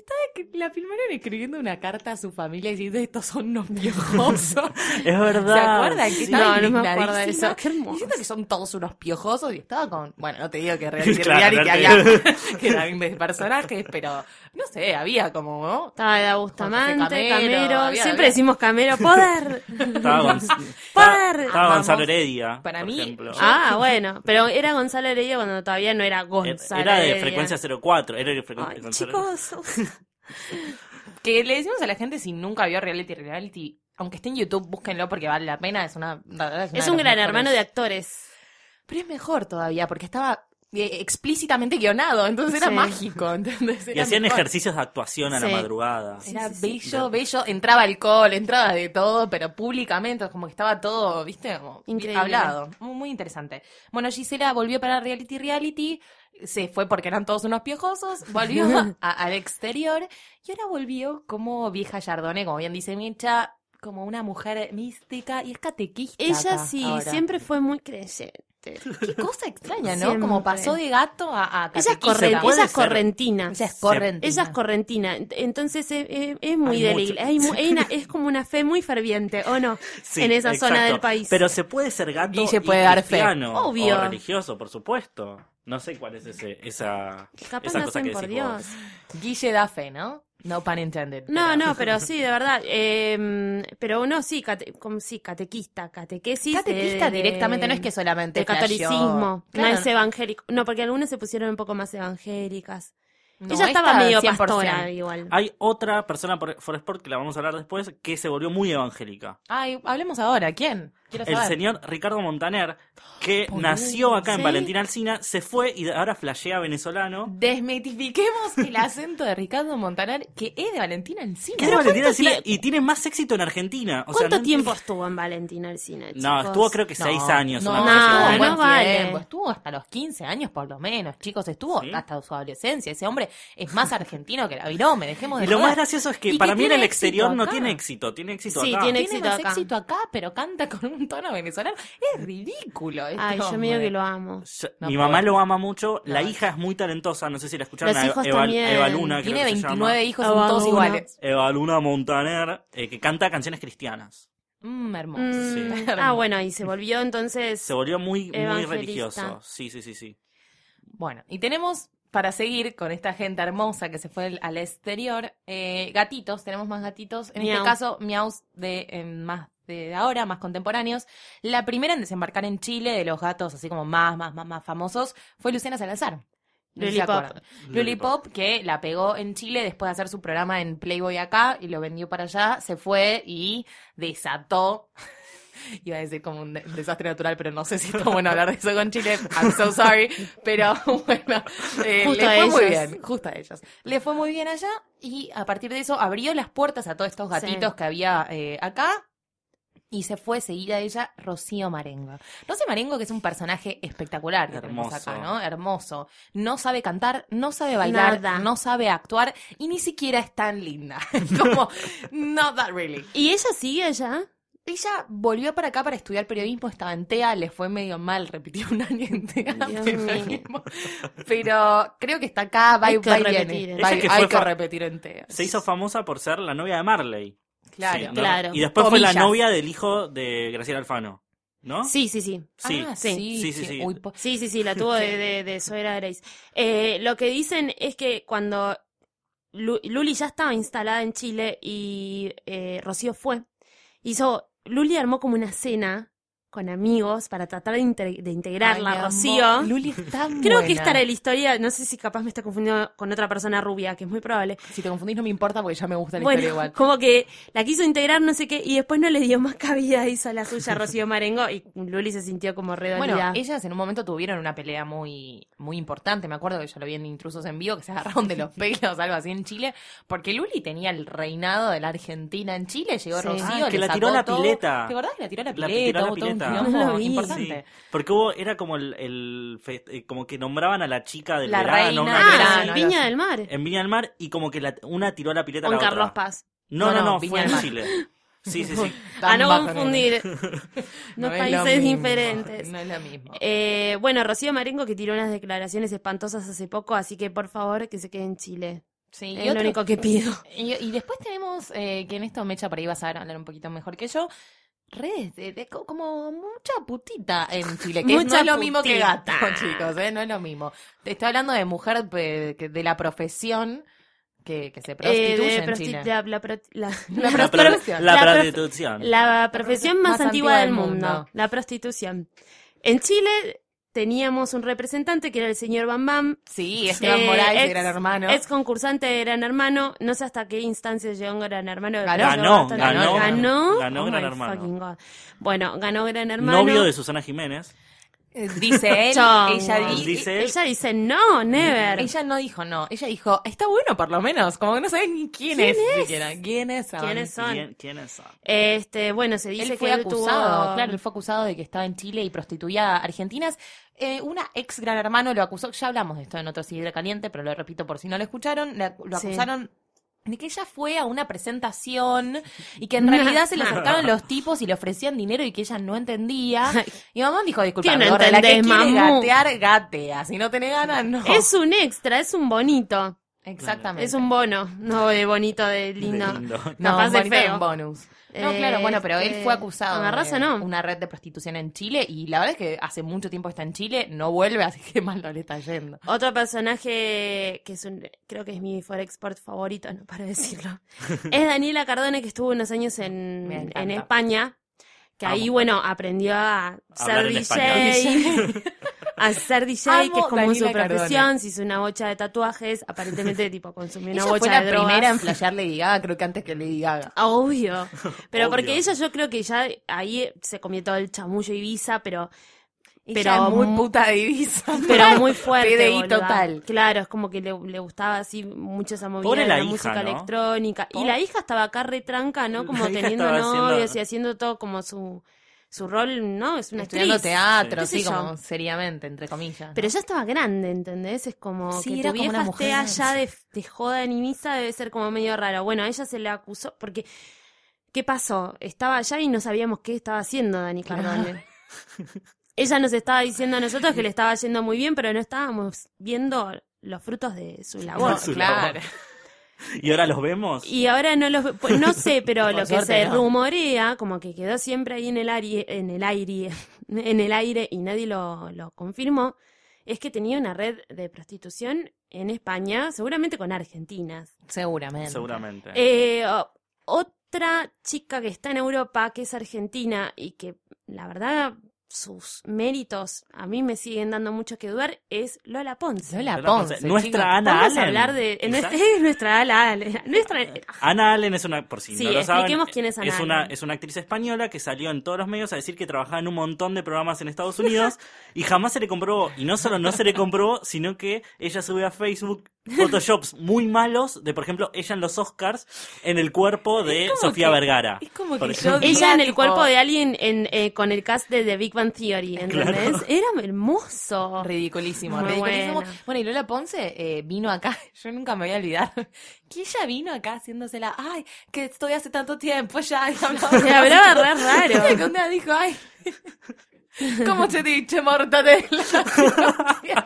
Speaker 4: estaba que la filmaron escribiendo una carta a su familia diciendo estos son unos piojosos.
Speaker 5: Es verdad.
Speaker 4: ¿Se acuerdan que estaba
Speaker 3: No, no me acuerdo de eso.
Speaker 4: indignadísima?
Speaker 3: Qué hermoso.
Speaker 4: Diciendo que son todos unos piojosos y estaba con. Bueno, no te digo que reality, reality
Speaker 5: Claro, no te
Speaker 4: había. que eran de personajes, pero no sé, había como. ¿no?
Speaker 3: Estaba de Bustamante,
Speaker 4: Camero,
Speaker 3: Camero.
Speaker 4: había-
Speaker 3: Siempre
Speaker 4: había-
Speaker 3: decimos Camero. ¡Poder!
Speaker 5: Estaba, Gonz-
Speaker 3: Par.
Speaker 5: estaba Gonzalo
Speaker 4: Vamos.
Speaker 5: Heredia.
Speaker 4: Para
Speaker 5: por
Speaker 4: mí,
Speaker 5: ejemplo.
Speaker 4: yo-
Speaker 3: ah, bueno. Pero era Gonzalo Heredia cuando todavía no era
Speaker 5: Era-
Speaker 3: Gonzalo
Speaker 5: Era de
Speaker 3: Heredia.
Speaker 5: frecuencia 04. Era de frecuencia
Speaker 3: Ay,
Speaker 5: Gonzalo Heredia.
Speaker 3: chicos.
Speaker 4: Que le decimos a la gente si nunca vio reality, reality. Aunque esté en YouTube, búsquenlo porque vale la pena. Es una. la verdad una
Speaker 3: Es
Speaker 4: de
Speaker 3: un gran
Speaker 4: las mejores.
Speaker 3: hermano de actores.
Speaker 4: Pero es mejor todavía porque estaba eh, explícitamente guionado. Entonces era
Speaker 3: Sí.
Speaker 4: mágico, ¿entendés?
Speaker 5: Y
Speaker 4: Era
Speaker 5: hacían
Speaker 4: mejor.
Speaker 5: ejercicios de actuación a la
Speaker 3: Sí.
Speaker 5: madrugada.
Speaker 4: Era
Speaker 3: Sí, sí, sí.
Speaker 4: bello, bello. Entraba alcohol, entraba de todo, pero públicamente, como que estaba todo, ¿viste? Como bien
Speaker 3: Increíble.
Speaker 4: hablado. Muy, muy interesante. Bueno, Gisela volvió para Reality Reality, se fue porque eran todos unos piojosos, volvió a- al exterior y ahora volvió como vieja Yardone, como bien dice Micha, como una mujer mística y es catequista.
Speaker 3: Ella
Speaker 4: acá
Speaker 3: sí,
Speaker 4: ahora.
Speaker 3: siempre fue muy creyente.
Speaker 4: Qué cosa extraña, ¿no?
Speaker 3: Siempre.
Speaker 4: Como pasó de gato a, a
Speaker 3: Ella es,
Speaker 4: catequista.
Speaker 3: corren-
Speaker 5: puede
Speaker 3: ella es
Speaker 5: ser.
Speaker 3: correntina.
Speaker 4: Ella es correntina.
Speaker 3: Ella es correntina. Ent- Entonces es, es- es muy
Speaker 5: Hay
Speaker 3: de la
Speaker 5: mucho.
Speaker 3: iglesia. Hay mu- hay una- es como una fe muy ferviente, ¿o no?
Speaker 5: Sí,
Speaker 3: en esa zona
Speaker 5: exacto.
Speaker 3: del país.
Speaker 5: Pero se puede ser gato
Speaker 4: Guille
Speaker 5: y
Speaker 4: puede dar fe.
Speaker 5: cristiano,
Speaker 3: Obvio.
Speaker 5: O religioso, por supuesto. No sé cuál es ese, esa,
Speaker 3: Capaz
Speaker 5: esa
Speaker 3: no
Speaker 5: cosa
Speaker 3: hacen
Speaker 5: que
Speaker 3: por
Speaker 5: decís
Speaker 3: Dios.
Speaker 5: vos.
Speaker 4: Guille da fe, ¿no? No pan intended.
Speaker 3: No,
Speaker 4: pero-
Speaker 3: no, pero sí, de verdad. eh, pero uno sí, cate- como sí, catequista, catequesis. de-
Speaker 4: Catequista
Speaker 3: de-
Speaker 4: directamente, no es que solamente
Speaker 3: de
Speaker 4: flasheó.
Speaker 3: catolicismo,
Speaker 4: Claro,
Speaker 3: no es evangélico. No, porque algunas se pusieron un poco más evangélicas.
Speaker 4: no,
Speaker 3: Ella estaba
Speaker 4: esta
Speaker 3: medio
Speaker 4: 100%.
Speaker 3: pastora igual.
Speaker 5: Hay otra persona por Foresport que la vamos a hablar después que se volvió muy evangélica.
Speaker 4: Ay, hablemos ahora, ¿quién? Quiero
Speaker 5: El
Speaker 4: saber.
Speaker 5: señor Ricardo Montaner, que
Speaker 4: Boludo,
Speaker 5: nació acá
Speaker 3: ¿sí?
Speaker 5: en Valentina Alcina, se fue y ahora flashea venezolano.
Speaker 4: Desmitifiquemos el acento de Ricardo Montaner, que es de Valentina Encina.
Speaker 5: Que es de Valentina
Speaker 3: cuánto
Speaker 5: Alsina
Speaker 3: tie-
Speaker 5: y tiene más éxito en Argentina. O sea,
Speaker 3: ¿Cuánto
Speaker 5: no-
Speaker 3: tiempo estuvo en Valentina el cine?
Speaker 5: No, estuvo creo que seis años.
Speaker 4: No,
Speaker 5: una
Speaker 4: no,
Speaker 5: cosa así.
Speaker 3: no,
Speaker 4: estuvo
Speaker 5: Bueno,
Speaker 4: un buen
Speaker 3: no vale.
Speaker 4: tiempo, Estuvo hasta los 15 años por lo menos, chicos. Estuvo
Speaker 5: Sí.
Speaker 4: hasta su adolescencia. Ese hombre es más argentino que la virome, dejemos de
Speaker 5: Y lo más
Speaker 4: joder.
Speaker 5: gracioso es que
Speaker 4: Y
Speaker 5: para mí en
Speaker 4: tiene
Speaker 5: el
Speaker 4: éxito
Speaker 5: exterior no
Speaker 4: acá.
Speaker 5: tiene éxito, tiene éxito
Speaker 3: Sí,
Speaker 5: acá.
Speaker 3: tiene-
Speaker 4: Tiene
Speaker 3: éxito
Speaker 4: más
Speaker 3: acá.
Speaker 4: éxito acá, pero canta con un tono venezolano. Es ridículo. este
Speaker 3: Ay, yo
Speaker 4: hombre.
Speaker 3: medio que lo amo.
Speaker 5: Yo-
Speaker 4: No
Speaker 5: Mi
Speaker 4: puedo.
Speaker 5: mamá lo ama mucho, la
Speaker 4: No.
Speaker 5: hija es muy talentosa, no sé si la escucharon,
Speaker 3: Los
Speaker 5: a
Speaker 3: hijos
Speaker 5: Eva,
Speaker 3: también.
Speaker 5: Eva Luna, creo
Speaker 4: Tiene
Speaker 5: que se llama.
Speaker 4: 29 hijos, son
Speaker 3: Ah,
Speaker 4: todos
Speaker 3: uno.
Speaker 4: iguales.
Speaker 5: Eva Luna Montaner, eh, que canta canciones cristianas.
Speaker 4: Mmm, hermoso.
Speaker 3: Mm,
Speaker 5: Sí.
Speaker 3: Ah, bueno, y se volvió entonces.
Speaker 5: Se volvió muy, muy
Speaker 3: Evangelista.
Speaker 5: religioso. Sí, sí, sí, sí.
Speaker 4: Bueno, y tenemos para seguir con esta gente hermosa que se fue al, al exterior, eh, gatitos, tenemos más gatitos. En
Speaker 3: Miau.
Speaker 4: este caso, miaus de eh, más de ahora, más contemporáneos. La primera en desembarcar en Chile de los gatos así como más, más, más, más famosos fue Luciana Salazar. No sé si se
Speaker 3: Lollipop.
Speaker 4: acuerdan. Lulipop, que la pegó en Chile después de hacer su programa en Playboy acá y lo vendió para allá, se fue y desató. Iba a decir como un de- desastre natural, pero no sé si está bueno hablar de eso con Chile. I'm so sorry. Pero bueno, eh,
Speaker 3: Justo
Speaker 4: le
Speaker 3: a
Speaker 4: fue muy
Speaker 3: ellos.
Speaker 4: bien. Justo a ellos. Le fue muy bien allá y a partir de eso abrió las puertas a todos estos
Speaker 3: Sí.
Speaker 4: gatitos que había eh, acá. Y se fue seguida de ella Rocío Marengo. Rocío Marengo, que es un personaje espectacular que tenemos
Speaker 5: Hermoso.
Speaker 4: acá, ¿no? Hermoso. No sabe cantar, no sabe bailar,
Speaker 3: Nada.
Speaker 4: no sabe actuar y ni siquiera es tan linda. Como, not that really.
Speaker 3: ¿Y ella sigue allá?
Speaker 4: Ella volvió para acá para estudiar periodismo, estaba en TEA, le fue medio mal, repitió un año en TEA.
Speaker 3: Dios
Speaker 4: periodismo. Pero creo que está acá, va y
Speaker 3: Hay que
Speaker 4: va y
Speaker 3: repetir,
Speaker 4: viene.
Speaker 3: ¿eh?
Speaker 4: Va y-
Speaker 5: Ella que
Speaker 4: hay
Speaker 5: fue
Speaker 4: que
Speaker 5: fa-
Speaker 4: repetir en TEA.
Speaker 5: Se hizo famosa por ser la novia de Marley.
Speaker 4: Claro.
Speaker 5: Sí, ¿no?
Speaker 3: claro.
Speaker 5: Y después fue la
Speaker 4: Comillas.
Speaker 5: novia del hijo de Graciela Alfano, ¿no?
Speaker 3: Sí, sí, sí.
Speaker 5: Sí.
Speaker 4: Ah,
Speaker 3: sí.
Speaker 4: sí,
Speaker 5: Sí, sí, sí.
Speaker 4: Uy, po-
Speaker 3: Sí, sí, sí, la tuvo de, de, de suegra Grace. Eh, lo que dicen es que cuando Lu- Luli ya estaba instalada en Chile y eh, Rocío fue, hizo, Luli armó como una cena con amigos para tratar de, inte- de integrarla,
Speaker 4: Ay, mi
Speaker 3: Rocío.
Speaker 4: amor, Luli es tan
Speaker 3: Creo que
Speaker 4: buena.
Speaker 3: esta era la historia, no sé si capaz me está confundiendo con otra persona rubia, que es muy probable.
Speaker 4: Si te confundís no me importa porque ya me gusta la
Speaker 3: Bueno,
Speaker 4: historia igual.
Speaker 3: como que la quiso integrar, no sé qué, y después no le dio más cabida, hizo la suya Rocío Marengo, y Luli se sintió como redolida.
Speaker 4: Bueno, ellas en un momento tuvieron una pelea muy, muy importante. Me acuerdo que yo lo vi en Intrusos en Vivo, que se agarraron de los pelos, algo así en Chile. Porque Luli tenía el reinado de la Argentina en Chile. Llegó
Speaker 3: Sí.
Speaker 4: Rocío,
Speaker 3: Ah,
Speaker 5: que
Speaker 4: le
Speaker 5: la tiró
Speaker 4: sacó
Speaker 5: a la
Speaker 4: todo.
Speaker 5: pileta.
Speaker 4: ¿Te acordás que la tiró a la
Speaker 5: La
Speaker 3: Eh,
Speaker 4: pileta?
Speaker 5: tiró a
Speaker 4: Hubo todo
Speaker 5: la
Speaker 4: un
Speaker 5: pileta.
Speaker 4: quilombo
Speaker 3: No lo vi.
Speaker 4: importante.
Speaker 5: Sí, porque hubo, era como el, el fe- eh, como que nombraban a la chica del
Speaker 4: La reina
Speaker 5: verano, una
Speaker 4: del
Speaker 5: cosa
Speaker 3: ah,
Speaker 5: así,
Speaker 4: verano.
Speaker 3: en Viña del Mar,
Speaker 5: en Viña del Mar, y como que la- una tiró la pileta a
Speaker 3: con
Speaker 5: la
Speaker 3: Carlos
Speaker 5: otra.
Speaker 3: Paz.
Speaker 5: No,
Speaker 4: No,
Speaker 5: no, no,
Speaker 4: no, Viña
Speaker 5: fue
Speaker 4: del
Speaker 5: en
Speaker 4: Mar.
Speaker 5: Chile. Sí, sí, sí.
Speaker 3: A Ah, no
Speaker 4: bajo,
Speaker 3: confundir,
Speaker 4: No
Speaker 3: dos
Speaker 4: es lo
Speaker 3: países
Speaker 4: mismo,
Speaker 3: diferentes.
Speaker 4: No es lo mismo.
Speaker 3: Eh, bueno, Rocío Marengo que tiró unas declaraciones espantosas hace poco, así que por favor que se quede en Chile.
Speaker 4: Sí,
Speaker 3: es
Speaker 4: y
Speaker 3: lo
Speaker 4: otro-
Speaker 3: único que pido.
Speaker 4: Y, y después tenemos, eh, que en esto Mecha por ahí vas a hablar un poquito mejor que yo, redes de, de co- como mucha putita en Chile, que no
Speaker 3: Mucha
Speaker 4: es lo mismo que
Speaker 3: putita.
Speaker 4: gato, chicos, eh, no es lo mismo. Te estoy hablando de mujer pe- que- de la profesión que, que se
Speaker 3: Eh,
Speaker 4: prostituye
Speaker 3: de
Speaker 4: en
Speaker 3: prosti-
Speaker 4: Chile.
Speaker 3: la, la pro- la-
Speaker 4: La
Speaker 5: La,
Speaker 4: prostitución.
Speaker 5: pro-
Speaker 3: La
Speaker 5: la
Speaker 3: profe-
Speaker 5: prostitución.
Speaker 3: la profesión más, antigua del mundo,
Speaker 4: mundo.
Speaker 3: la prostitución. En Chile teníamos un representante que era el señor Bam Bam,
Speaker 4: Sí, Esteban
Speaker 3: Eh,
Speaker 4: Morales,
Speaker 3: ex-
Speaker 4: gran hermano.
Speaker 3: ex concursante de Gran Hermano, no sé hasta qué instancia llegó en Gran Hermano.
Speaker 4: Ganó.
Speaker 3: pero llegó
Speaker 5: Ganó,
Speaker 3: bastante-
Speaker 4: ganó,
Speaker 3: ganó.
Speaker 5: ganó
Speaker 3: Oh
Speaker 5: Gran
Speaker 3: my
Speaker 5: Hermano.
Speaker 3: fucking God. Bueno, ganó Gran Hermano.
Speaker 5: Novio de Susana Jiménez.
Speaker 4: Eh, Dice él,
Speaker 3: Chongo.
Speaker 4: ella di-
Speaker 5: Dice él.
Speaker 3: Ella dice, no, never.
Speaker 4: Ella no dijo no, ella dijo, está bueno por lo menos, como que no saben ni quién,
Speaker 3: ¿Quién
Speaker 4: es,
Speaker 3: es?
Speaker 4: siquiera. ¿Quién es? Avanti?
Speaker 3: ¿Quiénes son?
Speaker 5: ¿Quién- ¿Quiénes son?
Speaker 3: Este, bueno, se dice
Speaker 4: él fue
Speaker 3: que él
Speaker 4: acusado,
Speaker 3: tuvo-
Speaker 4: claro, él fue acusado de que estaba en Chile y prostituía a argentinas. Eh, una ex gran hermano lo acusó, ya hablamos de esto en otro Sidra Caliente, pero lo repito por si no lo escucharon, le acu- lo
Speaker 3: Sí.
Speaker 4: acusaron de que ella fue a una presentación y que en realidad se le acercaron los tipos y le ofrecían dinero y que ella no entendía. Y mamá dijo, disculpa,
Speaker 3: ¿Qué no
Speaker 4: gorda, la que
Speaker 3: entendés,
Speaker 4: quiere
Speaker 3: mamú?
Speaker 4: gatear, gatea. Si no tenés ganas, no.
Speaker 3: Es un extra, es un bonito.
Speaker 4: Exactamente.
Speaker 3: Es un bono, no de bonito, de lindo.
Speaker 5: De lindo.
Speaker 4: No,
Speaker 3: capaz de
Speaker 4: bonito era un
Speaker 3: feo.
Speaker 4: bonus. No,
Speaker 3: Eh,
Speaker 4: claro, bueno, pero él
Speaker 3: este,
Speaker 4: fue acusado
Speaker 3: agarrás
Speaker 4: de
Speaker 3: o no.
Speaker 4: una red de prostitución en Chile y la verdad es que hace mucho tiempo está en Chile, no vuelve, así que mal no le está yendo.
Speaker 3: Otro personaje que es un, creo que es mi Forexport favorito, no para decirlo, es Daniela Cardone, que estuvo unos años
Speaker 4: Me
Speaker 3: en,
Speaker 4: encanta.
Speaker 3: en España, que ahí,
Speaker 5: Amo.
Speaker 3: bueno, aprendió a ser
Speaker 5: Hablar en español.
Speaker 3: DJ, a ser DJ,
Speaker 4: Amo
Speaker 3: que es como
Speaker 4: Daniela
Speaker 3: su
Speaker 4: Cardone.
Speaker 3: profesión, se hizo una bocha de tatuajes, aparentemente, tipo, consumió una
Speaker 4: Ella fue
Speaker 3: bocha
Speaker 4: la
Speaker 3: de drogas.
Speaker 4: primera en flashear Lady Gaga, creo que antes que Lady Gaga.
Speaker 3: Obvio. Pero
Speaker 5: Obvio.
Speaker 3: porque ella yo creo que ya ahí se comió todo el chamullo Ibiza, pero
Speaker 4: Pero
Speaker 3: Ella es
Speaker 4: muy
Speaker 3: muy
Speaker 4: puta divisa.
Speaker 3: pero muy fuerte.
Speaker 4: PDI
Speaker 3: boluda.
Speaker 4: total.
Speaker 3: Claro, es como que le, le gustaba así mucho esa movida
Speaker 5: Pobre
Speaker 3: de
Speaker 5: la
Speaker 3: la,
Speaker 5: hija,
Speaker 3: música
Speaker 5: ¿no?
Speaker 3: electrónica. Y
Speaker 5: Pobre-
Speaker 3: la hija estaba acá retranca, ¿no? Como
Speaker 5: La hija
Speaker 3: teniendo
Speaker 5: estaba haciendo-
Speaker 3: novios y haciendo todo como su, su rol, ¿no? Es una
Speaker 4: Estudiando
Speaker 3: actriz. Sí.
Speaker 4: teatro, sí,
Speaker 3: ¿Qué sé yo?
Speaker 4: como seriamente, entre comillas.
Speaker 3: Pero ya estaba grande, ¿entendés? Es como
Speaker 4: Sí,
Speaker 3: que
Speaker 4: era
Speaker 3: tu
Speaker 4: como una
Speaker 3: vieja
Speaker 4: mujer.
Speaker 3: esté allá de, de joda en Ibiza debe ser como medio raro. Bueno, a ella se le acusó porque... ¿Qué pasó? Estaba allá y no sabíamos qué estaba haciendo Dani
Speaker 4: Claro.
Speaker 3: Cardone. ella nos estaba diciendo a nosotros que le estaba yendo muy bien, pero no estábamos viendo los frutos de su
Speaker 4: ¿no?
Speaker 3: labor.
Speaker 5: No, su
Speaker 4: claro.
Speaker 5: labor. Y ahora los vemos.
Speaker 3: Y ahora no los pues, no sé, pero
Speaker 4: Por
Speaker 3: lo que
Speaker 4: suerte
Speaker 3: se
Speaker 4: no.
Speaker 3: rumorea, como que quedó siempre ahí en el aire, en el aire, en el aire y nadie lo, lo confirmó, es que tenía una red de prostitución en España, seguramente con argentinas.
Speaker 4: Seguramente.
Speaker 5: Seguramente.
Speaker 3: Eh, o- otra chica que está en Europa, que es argentina y que la verdad sus méritos a mí me siguen dando mucho que dudar, es Lola Ponce.
Speaker 4: Lola
Speaker 5: Lola
Speaker 4: Ponce,
Speaker 5: Ponce. Nuestra
Speaker 4: chicos.
Speaker 5: Ana
Speaker 3: Vamos a
Speaker 5: Allen.
Speaker 3: hablar de en este nuestra,
Speaker 5: Quizás.
Speaker 3: nuestra ala, Ale, nuestra
Speaker 5: Ana Allen es una, por si
Speaker 3: Sí,
Speaker 5: no lo saben,
Speaker 3: expliquemos quién es Ana
Speaker 5: una,
Speaker 3: Allen.
Speaker 5: es una actriz española que salió en todos los medios a decir que trabajaba en un montón de programas en Estados Unidos y jamás se le comprobó. Y no solo no se le comprobó, sino que ella sube a Facebook photoshops muy malos de, por ejemplo, ella en los Oscars en el cuerpo de
Speaker 4: como
Speaker 5: Sofía
Speaker 4: que-
Speaker 5: Vergara.
Speaker 4: es como
Speaker 5: Por
Speaker 4: que
Speaker 5: ejemplo.
Speaker 4: yo
Speaker 3: Ella
Speaker 4: Diga,
Speaker 3: en el
Speaker 4: tipo-
Speaker 3: cuerpo de alguien en, eh, con el cast de The Big Bang Theory, ¿entendés? Era hermoso.
Speaker 4: Ridiculísimo,
Speaker 3: Muy
Speaker 4: ridiculísimo. Bueno.
Speaker 3: buena.
Speaker 4: y Lola Ponce eh, vino acá, yo nunca me voy a olvidar, que ella vino acá haciéndosela, ay, que estoy hace tanto tiempo ya, y hablaba,
Speaker 3: Se hablaba re
Speaker 4: Y
Speaker 3: raro.
Speaker 4: que un día dijo, ay, ¿cómo te dice mortadela?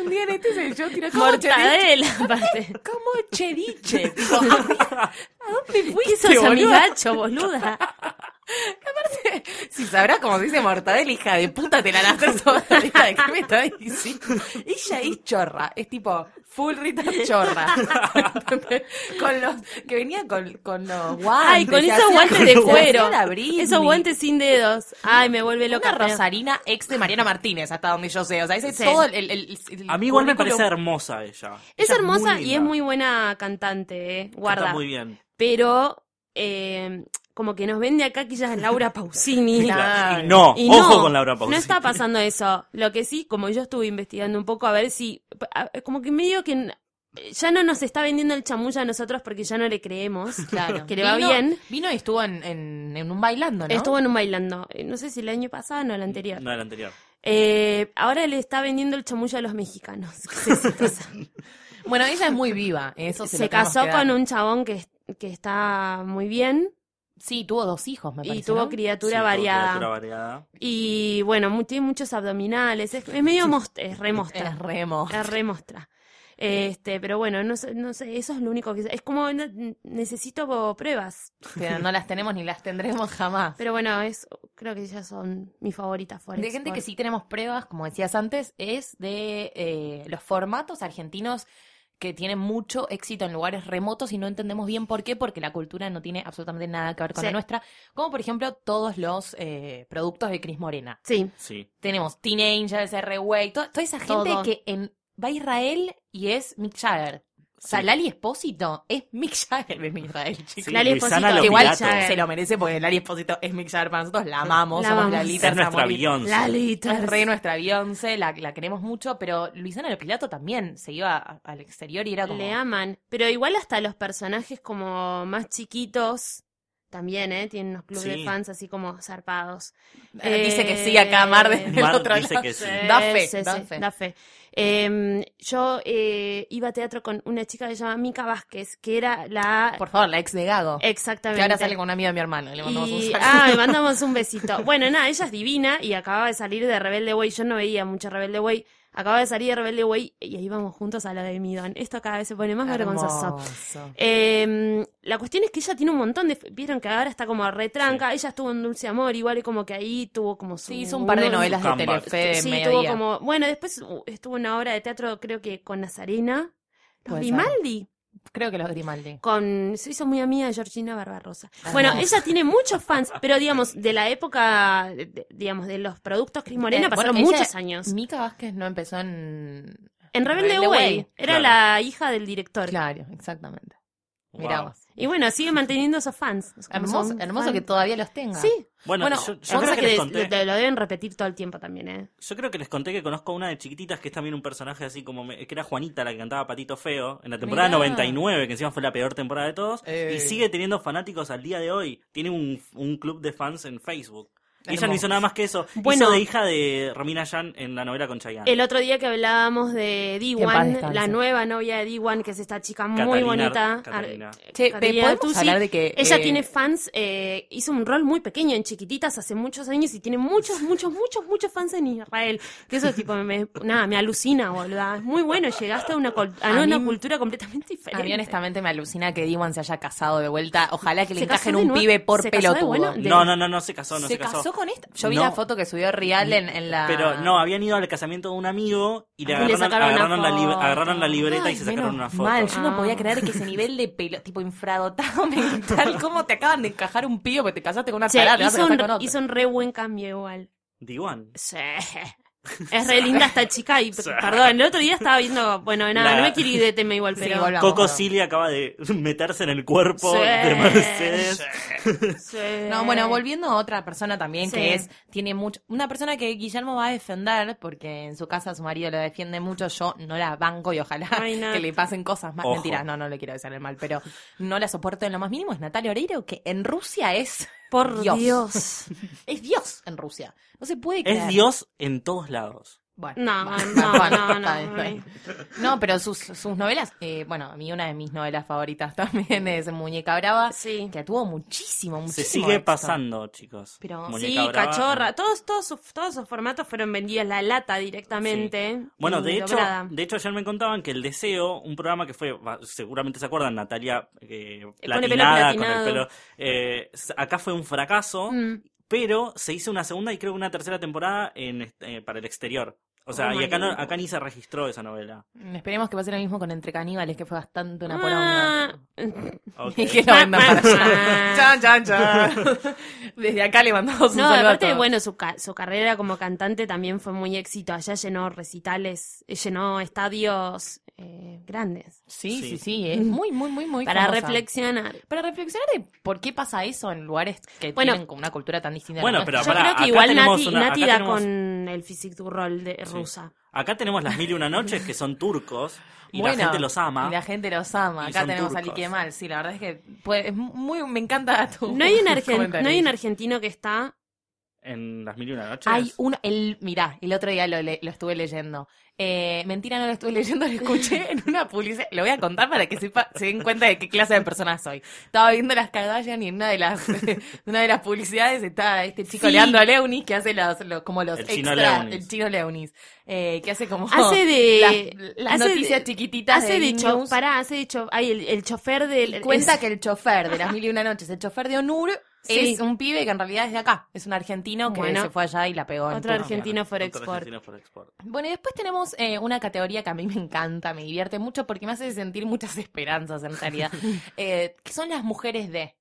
Speaker 4: un día en este se yo tiró, ¿cómo te dice?
Speaker 3: Mortadela, aparte.
Speaker 4: ¿Cómo che diche? Tipo, ¿A dónde
Speaker 3: ¿Qué
Speaker 4: fuiste,
Speaker 3: sos
Speaker 4: boluda?
Speaker 3: amigacho, boluda?
Speaker 4: Si sabrás cómo se dice mortadela, hija de puta, te la nacer mortadela. ¿De qué me estás diciendo? Ella es chorra. Es tipo, full Rita chorra. ¿Entendés? con los, que venía con, con los guantes.
Speaker 3: Ay, con
Speaker 4: se
Speaker 3: esos
Speaker 4: hacía-
Speaker 3: guantes
Speaker 4: se
Speaker 3: de
Speaker 4: hacía
Speaker 3: cuero.
Speaker 4: la Britney.
Speaker 3: Esos guantes sin dedos. Ay, me vuelve
Speaker 4: Una
Speaker 3: loca. pero-
Speaker 4: Rosarina ex de Mariana Martínez, hasta donde yo sé. O sea, ese es
Speaker 3: Sí.
Speaker 4: todo el, el- el- el
Speaker 5: A mí igual me
Speaker 4: currículum.
Speaker 5: parece hermosa ella.
Speaker 3: Es
Speaker 5: Ella
Speaker 3: hermosa y
Speaker 5: linda.
Speaker 3: es muy buena cantante, eh.
Speaker 5: Canta
Speaker 3: Guarda.
Speaker 5: muy bien.
Speaker 3: Pero, eh, como que nos vende acá que ella es Laura Pausini.
Speaker 4: Claro.
Speaker 5: Claro. Y no,
Speaker 3: Y
Speaker 5: ojo
Speaker 3: no,
Speaker 5: con Laura Pausini.
Speaker 3: No está pasando eso. Lo que sí, como yo estuve investigando un poco a ver si. a- Como que medio que. n- Ya no nos está vendiendo el chamuyo a nosotros porque ya no le creemos.
Speaker 4: Claro.
Speaker 3: Que le va
Speaker 4: Vino-
Speaker 3: bien.
Speaker 4: Vino y estuvo en, en- en un bailando, ¿no?
Speaker 3: Estuvo en un bailando. eh, No sé si el año pasado o no el anterior.
Speaker 5: No, el anterior.
Speaker 3: Eh, ahora le está vendiendo el chamuyo a los mexicanos. que se- se casa-
Speaker 4: Bueno, ella es muy viva. Eso se,
Speaker 3: se
Speaker 4: lo tenemos
Speaker 3: casó
Speaker 4: que dar.
Speaker 3: con un chabón que, es- que está muy bien
Speaker 4: Sí, tuvo dos hijos, me parece.
Speaker 3: y tuvo
Speaker 4: ¿no?
Speaker 5: Sí,
Speaker 3: criatura
Speaker 5: todo
Speaker 3: variada.
Speaker 5: criatura variada.
Speaker 3: Y bueno, mu- tiene muchos abdominales. Es, es medio mostra. Es re mostra.
Speaker 4: Es remo.
Speaker 3: La remostra. Este, pero bueno, no sé, no sé, eso es lo único que es como no- necesito como pruebas.
Speaker 4: Pero no las tenemos ni las tendremos jamás.
Speaker 3: Pero bueno, es creo que ellas son mis favoritas fuera.
Speaker 4: De gente que sí tenemos pruebas, como decías antes, es de eh, los formatos argentinos que tienen mucho éxito en lugares remotos y no entendemos bien por qué, porque la cultura no tiene absolutamente nada que ver con
Speaker 3: Sí.
Speaker 4: la nuestra. Como por ejemplo todos los eh, productos de Cris Morena.
Speaker 3: Sí,
Speaker 5: Sí.
Speaker 4: Tenemos Teen Angels, R-Way, to- toda esa gente
Speaker 3: Todo.
Speaker 4: que en, va a Israel y es Mick Jagger. O sea,
Speaker 5: Sí.
Speaker 4: Lali Espósito es Mick Jagger en Israel, chicos.
Speaker 5: Sí,
Speaker 3: Lali Esposito.
Speaker 5: Luisana Lopilato.
Speaker 4: Que igual
Speaker 3: Mick Jagger.
Speaker 4: se lo merece porque Lali Espósito es Mick Jagger para nosotros, la amamos,
Speaker 3: La
Speaker 4: somos
Speaker 3: amamos.
Speaker 4: Lalita
Speaker 5: es nuestra
Speaker 4: Zamorita.
Speaker 5: Beyoncé.
Speaker 3: Lalitas.
Speaker 4: Es re nuestra Beyoncé, la, la queremos mucho, pero Luisana Lopilato también se iba a- al exterior y era como...
Speaker 3: le aman, pero igual hasta los personajes como más chiquitos también, eh, tienen unos clubes
Speaker 5: Sí.
Speaker 3: de fans así como zarpados.
Speaker 4: Eh, dice que sí acá, Mar, del
Speaker 5: Mar
Speaker 4: otro
Speaker 5: dice
Speaker 4: lado.
Speaker 5: que sí.
Speaker 4: Da fe,
Speaker 3: Sí, sí,
Speaker 4: da
Speaker 3: sí,
Speaker 4: fe.
Speaker 3: da fe. Eh, yo eh, iba a teatro con una chica que se llama Mica Vázquez, que era la
Speaker 4: Por favor, la ex de Gago.
Speaker 3: exactamente
Speaker 4: Que ahora sale con una amiga de mi hermano, le mandamos un
Speaker 3: Y,
Speaker 4: saludo.
Speaker 3: ah, le mandamos un besito. Bueno, nada, ella es divina y acababa de salir de Rebelde Way. Yo no veía mucho Rebelde Way. Acababa de salir de Rebelde Way y ahí vamos juntos a la de Midon. Esto cada vez se pone más vergonzoso.
Speaker 4: Hermoso.
Speaker 3: Eh, la cuestión es que ella tiene un montón de. Vieron que ahora está como retranca. Ella estuvo en Dulce Amor, igual y como que ahí tuvo como su.
Speaker 4: Sí, hizo un par de
Speaker 3: uno-
Speaker 4: novelas de
Speaker 5: comeback.
Speaker 4: Telefe,
Speaker 3: Sí, tuvo
Speaker 4: mediodía.
Speaker 3: como. Bueno, después uh, estuvo una obra de teatro, creo que con Nazarena. Los
Speaker 4: Puede ser.
Speaker 3: Grimaldi
Speaker 4: Creo que los Grimaldi.
Speaker 3: con se hizo muy amiga de Georgina Barbarosa.
Speaker 4: Ah,
Speaker 3: Bueno,
Speaker 4: no.
Speaker 3: ella tiene muchos fans, pero digamos, de la época, de- de- digamos, de los productos Cris Morena
Speaker 4: Eh,
Speaker 3: pasaron
Speaker 4: bueno, ella-
Speaker 3: muchos años.
Speaker 4: Mica Vázquez no empezó en...
Speaker 3: En Rebelde
Speaker 4: Rebelde
Speaker 3: Way,
Speaker 4: Way,
Speaker 3: era
Speaker 5: claro.
Speaker 3: la hija del director.
Speaker 4: Claro, exactamente.
Speaker 5: Wow.
Speaker 4: Mirá vos.
Speaker 3: Y bueno, sigue manteniendo esos fans. Es como
Speaker 4: Hermoso,
Speaker 3: son
Speaker 4: hermoso
Speaker 3: fan-
Speaker 4: que todavía los tenga.
Speaker 3: Sí,
Speaker 5: Bueno,
Speaker 4: Bueno,
Speaker 5: yo, yo
Speaker 3: lo que
Speaker 5: creo
Speaker 3: pasa
Speaker 5: que,
Speaker 3: es
Speaker 5: les
Speaker 3: que
Speaker 5: conté.
Speaker 3: les- lo deben repetir todo el tiempo también, ¿eh?
Speaker 5: Yo creo que les conté que conozco una de chiquititas que es también un personaje así como me- que era Juanita la que cantaba Patito Feo en la temporada
Speaker 4: Mirá.
Speaker 5: 99, que encima fue la peor temporada de todos, y
Speaker 4: Ey.
Speaker 5: sigue teniendo fanáticos al día de hoy. Tiene un, un club de fans en Facebook. Y ella
Speaker 4: Hermoso.
Speaker 5: no hizo nada más que eso.
Speaker 3: Bueno.
Speaker 5: hizo de hija de Romina Yan en la novela con Chayanne.
Speaker 3: El otro día que hablábamos de
Speaker 4: paz
Speaker 3: D1,
Speaker 4: descanse.
Speaker 3: la nueva novia de D1, que es esta chica muy
Speaker 5: Catalina-
Speaker 3: bonita.
Speaker 5: Catalina.
Speaker 3: Ar-
Speaker 4: Che,
Speaker 3: Catalina
Speaker 4: ¿podemos
Speaker 3: Tussi.
Speaker 4: hablar de que,
Speaker 3: Ella
Speaker 4: eh,
Speaker 3: tiene fans, eh, hizo un rol muy pequeño en Chiquititas hace muchos años y tiene muchos, muchos, muchos, muchos fans en Israel. Que eso tipo, me, nada, me alucina, boluda. Es muy bueno, llegaste a una, col- a
Speaker 4: A
Speaker 3: una
Speaker 4: mí-
Speaker 3: cultura completamente
Speaker 4: A mí
Speaker 3: diferente.
Speaker 4: honestamente me alucina que Diwan se haya casado de vuelta. Ojalá que le
Speaker 3: Se casó
Speaker 4: encajen
Speaker 3: de
Speaker 4: un
Speaker 3: nuevo-
Speaker 4: pibe por
Speaker 3: se casó de
Speaker 4: pelotudo.
Speaker 3: bueno- de-
Speaker 5: No, no, no, no se casó, no se, casó.
Speaker 4: con esta? Yo vi
Speaker 5: No.
Speaker 4: la foto que subió Rial en, en la...
Speaker 5: Pero no, habían ido al casamiento de un amigo y le
Speaker 3: Ah, y le
Speaker 5: agarraron,
Speaker 3: sacaron una
Speaker 5: agarraron la, lib-
Speaker 3: foto.
Speaker 5: agarraron la libreta
Speaker 4: Ay,
Speaker 5: y se sacaron una
Speaker 4: menos
Speaker 5: foto.
Speaker 4: Mal, yo
Speaker 3: Ah.
Speaker 4: no podía creer que ese nivel de pelo, tipo infradotado mental, cómo te acaban de encajar un pibe porque te casaste con una
Speaker 3: Che,
Speaker 4: tarada, te vas a
Speaker 3: hizo,
Speaker 4: casar
Speaker 3: un,
Speaker 4: con otra.
Speaker 3: hizo un re buen cambio igual.
Speaker 5: Diwan.
Speaker 3: Sí. Es re linda esta chica y perdón, el otro día estaba viendo, bueno, nada,
Speaker 5: La-
Speaker 3: no me quiero ir de tema igual,
Speaker 4: Sí,
Speaker 3: pero
Speaker 4: volvamos,
Speaker 5: Coco
Speaker 4: volvamos.
Speaker 5: Silly acaba de meterse en el cuerpo
Speaker 3: Sí.
Speaker 5: de Mercedes.
Speaker 3: Sí.
Speaker 4: No, bueno, volviendo a otra persona también
Speaker 3: Eh, Sí.
Speaker 4: que es, tiene mucho, una persona que Guillermo va a defender porque en su casa su marido la defiende mucho, yo no la banco y ojalá
Speaker 3: Ay, Nat.
Speaker 4: que le pasen cosas más
Speaker 5: Ojo.
Speaker 4: mentiras, no, no le quiero decir el mal, pero no la soporto en lo más mínimo, es Natalia Oreiro, que en Rusia es,
Speaker 3: Por
Speaker 4: Dios.
Speaker 3: Dios.
Speaker 4: es Dios en Rusia, no se puede creer.
Speaker 5: Es Dios en todos lados.
Speaker 4: Bueno,
Speaker 3: No,
Speaker 4: bueno,
Speaker 3: no,
Speaker 4: bueno,
Speaker 3: no, no,
Speaker 4: está bien, está bien. No, pero sus, sus novelas, eh, bueno, a mí una de mis novelas favoritas también es Muñeca Brava,
Speaker 3: Sí.
Speaker 4: que tuvo muchísimo, muchísimo.
Speaker 5: Se sigue
Speaker 4: éxito.
Speaker 5: pasando, chicos.
Speaker 4: Pero-
Speaker 3: Sí,
Speaker 5: Muñeca Brava.
Speaker 3: cachorra. Todos, todos, sus, todos sus formatos fueron vendidos la lata directamente.
Speaker 5: Bueno,
Speaker 3: y
Speaker 5: de hecho,
Speaker 3: doblada.
Speaker 5: de hecho ayer me contaban que El Deseo, un programa que fue, va, seguramente se acuerdan, Natalia eh,
Speaker 3: Con el pelo
Speaker 5: platinada, con el
Speaker 3: platinado.
Speaker 5: pelo... eh, s- acá fue un fracaso,
Speaker 3: Mm.
Speaker 5: pero se hizo una segunda y creo que una tercera temporada en, est- eh, para el exterior. O sea,
Speaker 3: Oh
Speaker 5: y
Speaker 3: my
Speaker 5: acá, no-
Speaker 3: God.
Speaker 5: acá ni se registró esa novela.
Speaker 4: Esperemos que pase lo mismo con Entre Caníbales, que fue bastante una
Speaker 3: Ah.
Speaker 4: poronga.
Speaker 5: Ok.
Speaker 4: Y que lo vendan para allá.
Speaker 3: Ah.
Speaker 4: Chan, chan, chan. Desde acá le mandamos un
Speaker 3: No,
Speaker 4: saludo a
Speaker 3: aparte,
Speaker 4: todos.
Speaker 3: bueno, su, ca- su carrera como cantante también fue muy éxito. Allá llenó recitales, eh, llenó estadios eh, grandes.
Speaker 4: Sí, sí,
Speaker 5: Sí.
Speaker 4: sí, es muy, muy, muy, muy
Speaker 3: para
Speaker 4: famosa.
Speaker 3: reflexionar.
Speaker 4: Para reflexionar de por qué pasa eso en lugares que
Speaker 3: Bueno.
Speaker 4: tienen como una cultura tan distinta. a la
Speaker 5: Bueno,
Speaker 4: nuestra.
Speaker 5: pero
Speaker 3: Yo
Speaker 5: pará,
Speaker 3: creo
Speaker 5: acá
Speaker 3: que igual
Speaker 5: tenemos
Speaker 3: Nati,
Speaker 5: una-
Speaker 3: Nati
Speaker 5: acá
Speaker 3: da
Speaker 5: tenemos-
Speaker 3: con el physique du rol de
Speaker 5: Sí.
Speaker 3: rusa.
Speaker 5: Acá tenemos las mil y una noches que son turcos y
Speaker 4: Bueno,
Speaker 5: la gente los ama.
Speaker 4: Y la gente los ama.
Speaker 5: Y
Speaker 4: Acá
Speaker 5: son
Speaker 4: tenemos a
Speaker 5: turcos.
Speaker 4: Lique Mal. Sí, la verdad es que pues, es muy, me encanta tu.
Speaker 3: No hay, un argen-
Speaker 4: comentario.
Speaker 3: no hay un argentino que está.
Speaker 5: En las mil y una noches.
Speaker 4: Hay uno, el, mirá, el otro día lo, le- lo estuve leyendo. Eh, mentira, no lo estuve leyendo, lo escuché en una publicidad. Lo voy a contar para que sepa, se den cuenta de qué clase de persona soy. Estaba viendo las Kardashian y en una de las, una de las publicidades está este chico
Speaker 3: Sí.
Speaker 4: Leandro Leunis que hace los, los- como los
Speaker 5: El chino
Speaker 4: extra,
Speaker 5: Leunis.
Speaker 4: el chino Leunis, eh, que hace como
Speaker 3: Hace de-
Speaker 4: las, las
Speaker 3: hace de-
Speaker 4: noticias chiquititas
Speaker 3: Hace de,
Speaker 4: News.
Speaker 3: cho- pará, hace de cho- ay, el, el chofer del.
Speaker 4: Y cuenta
Speaker 3: es-
Speaker 4: que el chofer de las mil y una noches, el chofer de Onur,
Speaker 3: Sí.
Speaker 4: es un pibe que en realidad es de acá. Es un argentino que
Speaker 3: Bueno.
Speaker 4: se fue allá y la pegó. en
Speaker 3: Otro
Speaker 4: Turquía.
Speaker 3: argentino for
Speaker 5: Otro
Speaker 3: export.
Speaker 5: Ah, argentino for export.
Speaker 4: Bueno, y después tenemos eh, una categoría que a mí me encanta, me divierte mucho porque me hace sentir muchas esperanzas en realidad, eh, que son las mujeres de.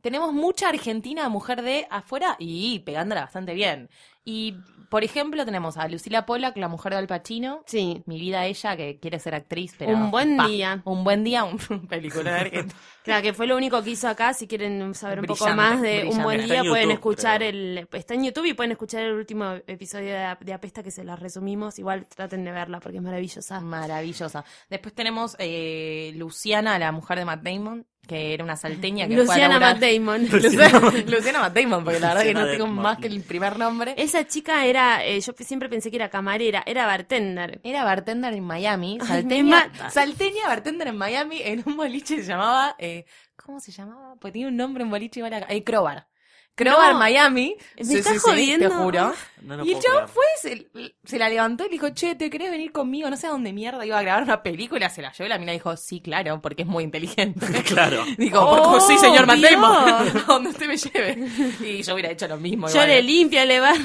Speaker 4: Tenemos mucha argentina mujer de afuera y pegándola bastante bien. Y, por ejemplo, tenemos a Lucila Pollack, la mujer de Al Pacino.
Speaker 3: Sí.
Speaker 4: Mi vida ella, que quiere ser actriz, pero...
Speaker 3: Un buen
Speaker 4: pa,
Speaker 3: día.
Speaker 4: Un buen día, un, un película de Argentina.
Speaker 3: Claro, que fue lo único que hizo acá. Si quieren saber un poco
Speaker 4: Brillante,
Speaker 3: más de un buen
Speaker 4: brillante.
Speaker 5: Está
Speaker 3: día,
Speaker 5: en
Speaker 3: pueden
Speaker 5: YouTube,
Speaker 3: escuchar
Speaker 5: creo.
Speaker 3: el. Está en YouTube y pueden escuchar el último episodio de, de Apesta que se las resumimos. Igual traten de verla porque es maravillosa.
Speaker 4: Maravillosa. Después tenemos eh, Luciana, la mujer de Matt Damon, que era una salteña que fue a
Speaker 3: Luciana
Speaker 4: laburar-
Speaker 3: Matt Damon.
Speaker 4: Luciana, Luciana Matt Damon, porque la verdad que
Speaker 5: Luciana
Speaker 4: no tengo
Speaker 5: de-
Speaker 4: más que el primer nombre.
Speaker 3: Esa chica era. eh, yo siempre pensé que era camarera, era bartender.
Speaker 4: Era bartender en Miami,
Speaker 3: Ay,
Speaker 4: salteña,
Speaker 3: me mata.
Speaker 4: salteña bartender en Miami, en un boliche se llamaba, eh, ¿cómo se llamaba? Pues tiene un nombre un boliche igual acá, eh, Crowbar. Crowbar
Speaker 3: No,
Speaker 4: Miami.
Speaker 3: me estás jodiendo.
Speaker 4: Te juro.
Speaker 5: No lo
Speaker 4: Y el
Speaker 5: puedo
Speaker 4: chabón
Speaker 5: creer.
Speaker 4: fue, se, se la levantó y le dijo, che, ¿te querés venir conmigo? No sé a dónde mierda iba a grabar una película, se la llevó y la mina dijo, sí, claro, porque es muy inteligente.
Speaker 5: Claro.
Speaker 4: Digo,
Speaker 3: ¡Oh,
Speaker 4: "Por- sí, señor Matt
Speaker 3: Dios!
Speaker 4: Damon, a donde usted me lleve. Y yo hubiera hecho lo mismo.
Speaker 3: Yo
Speaker 4: igual.
Speaker 3: le limpio, le barro,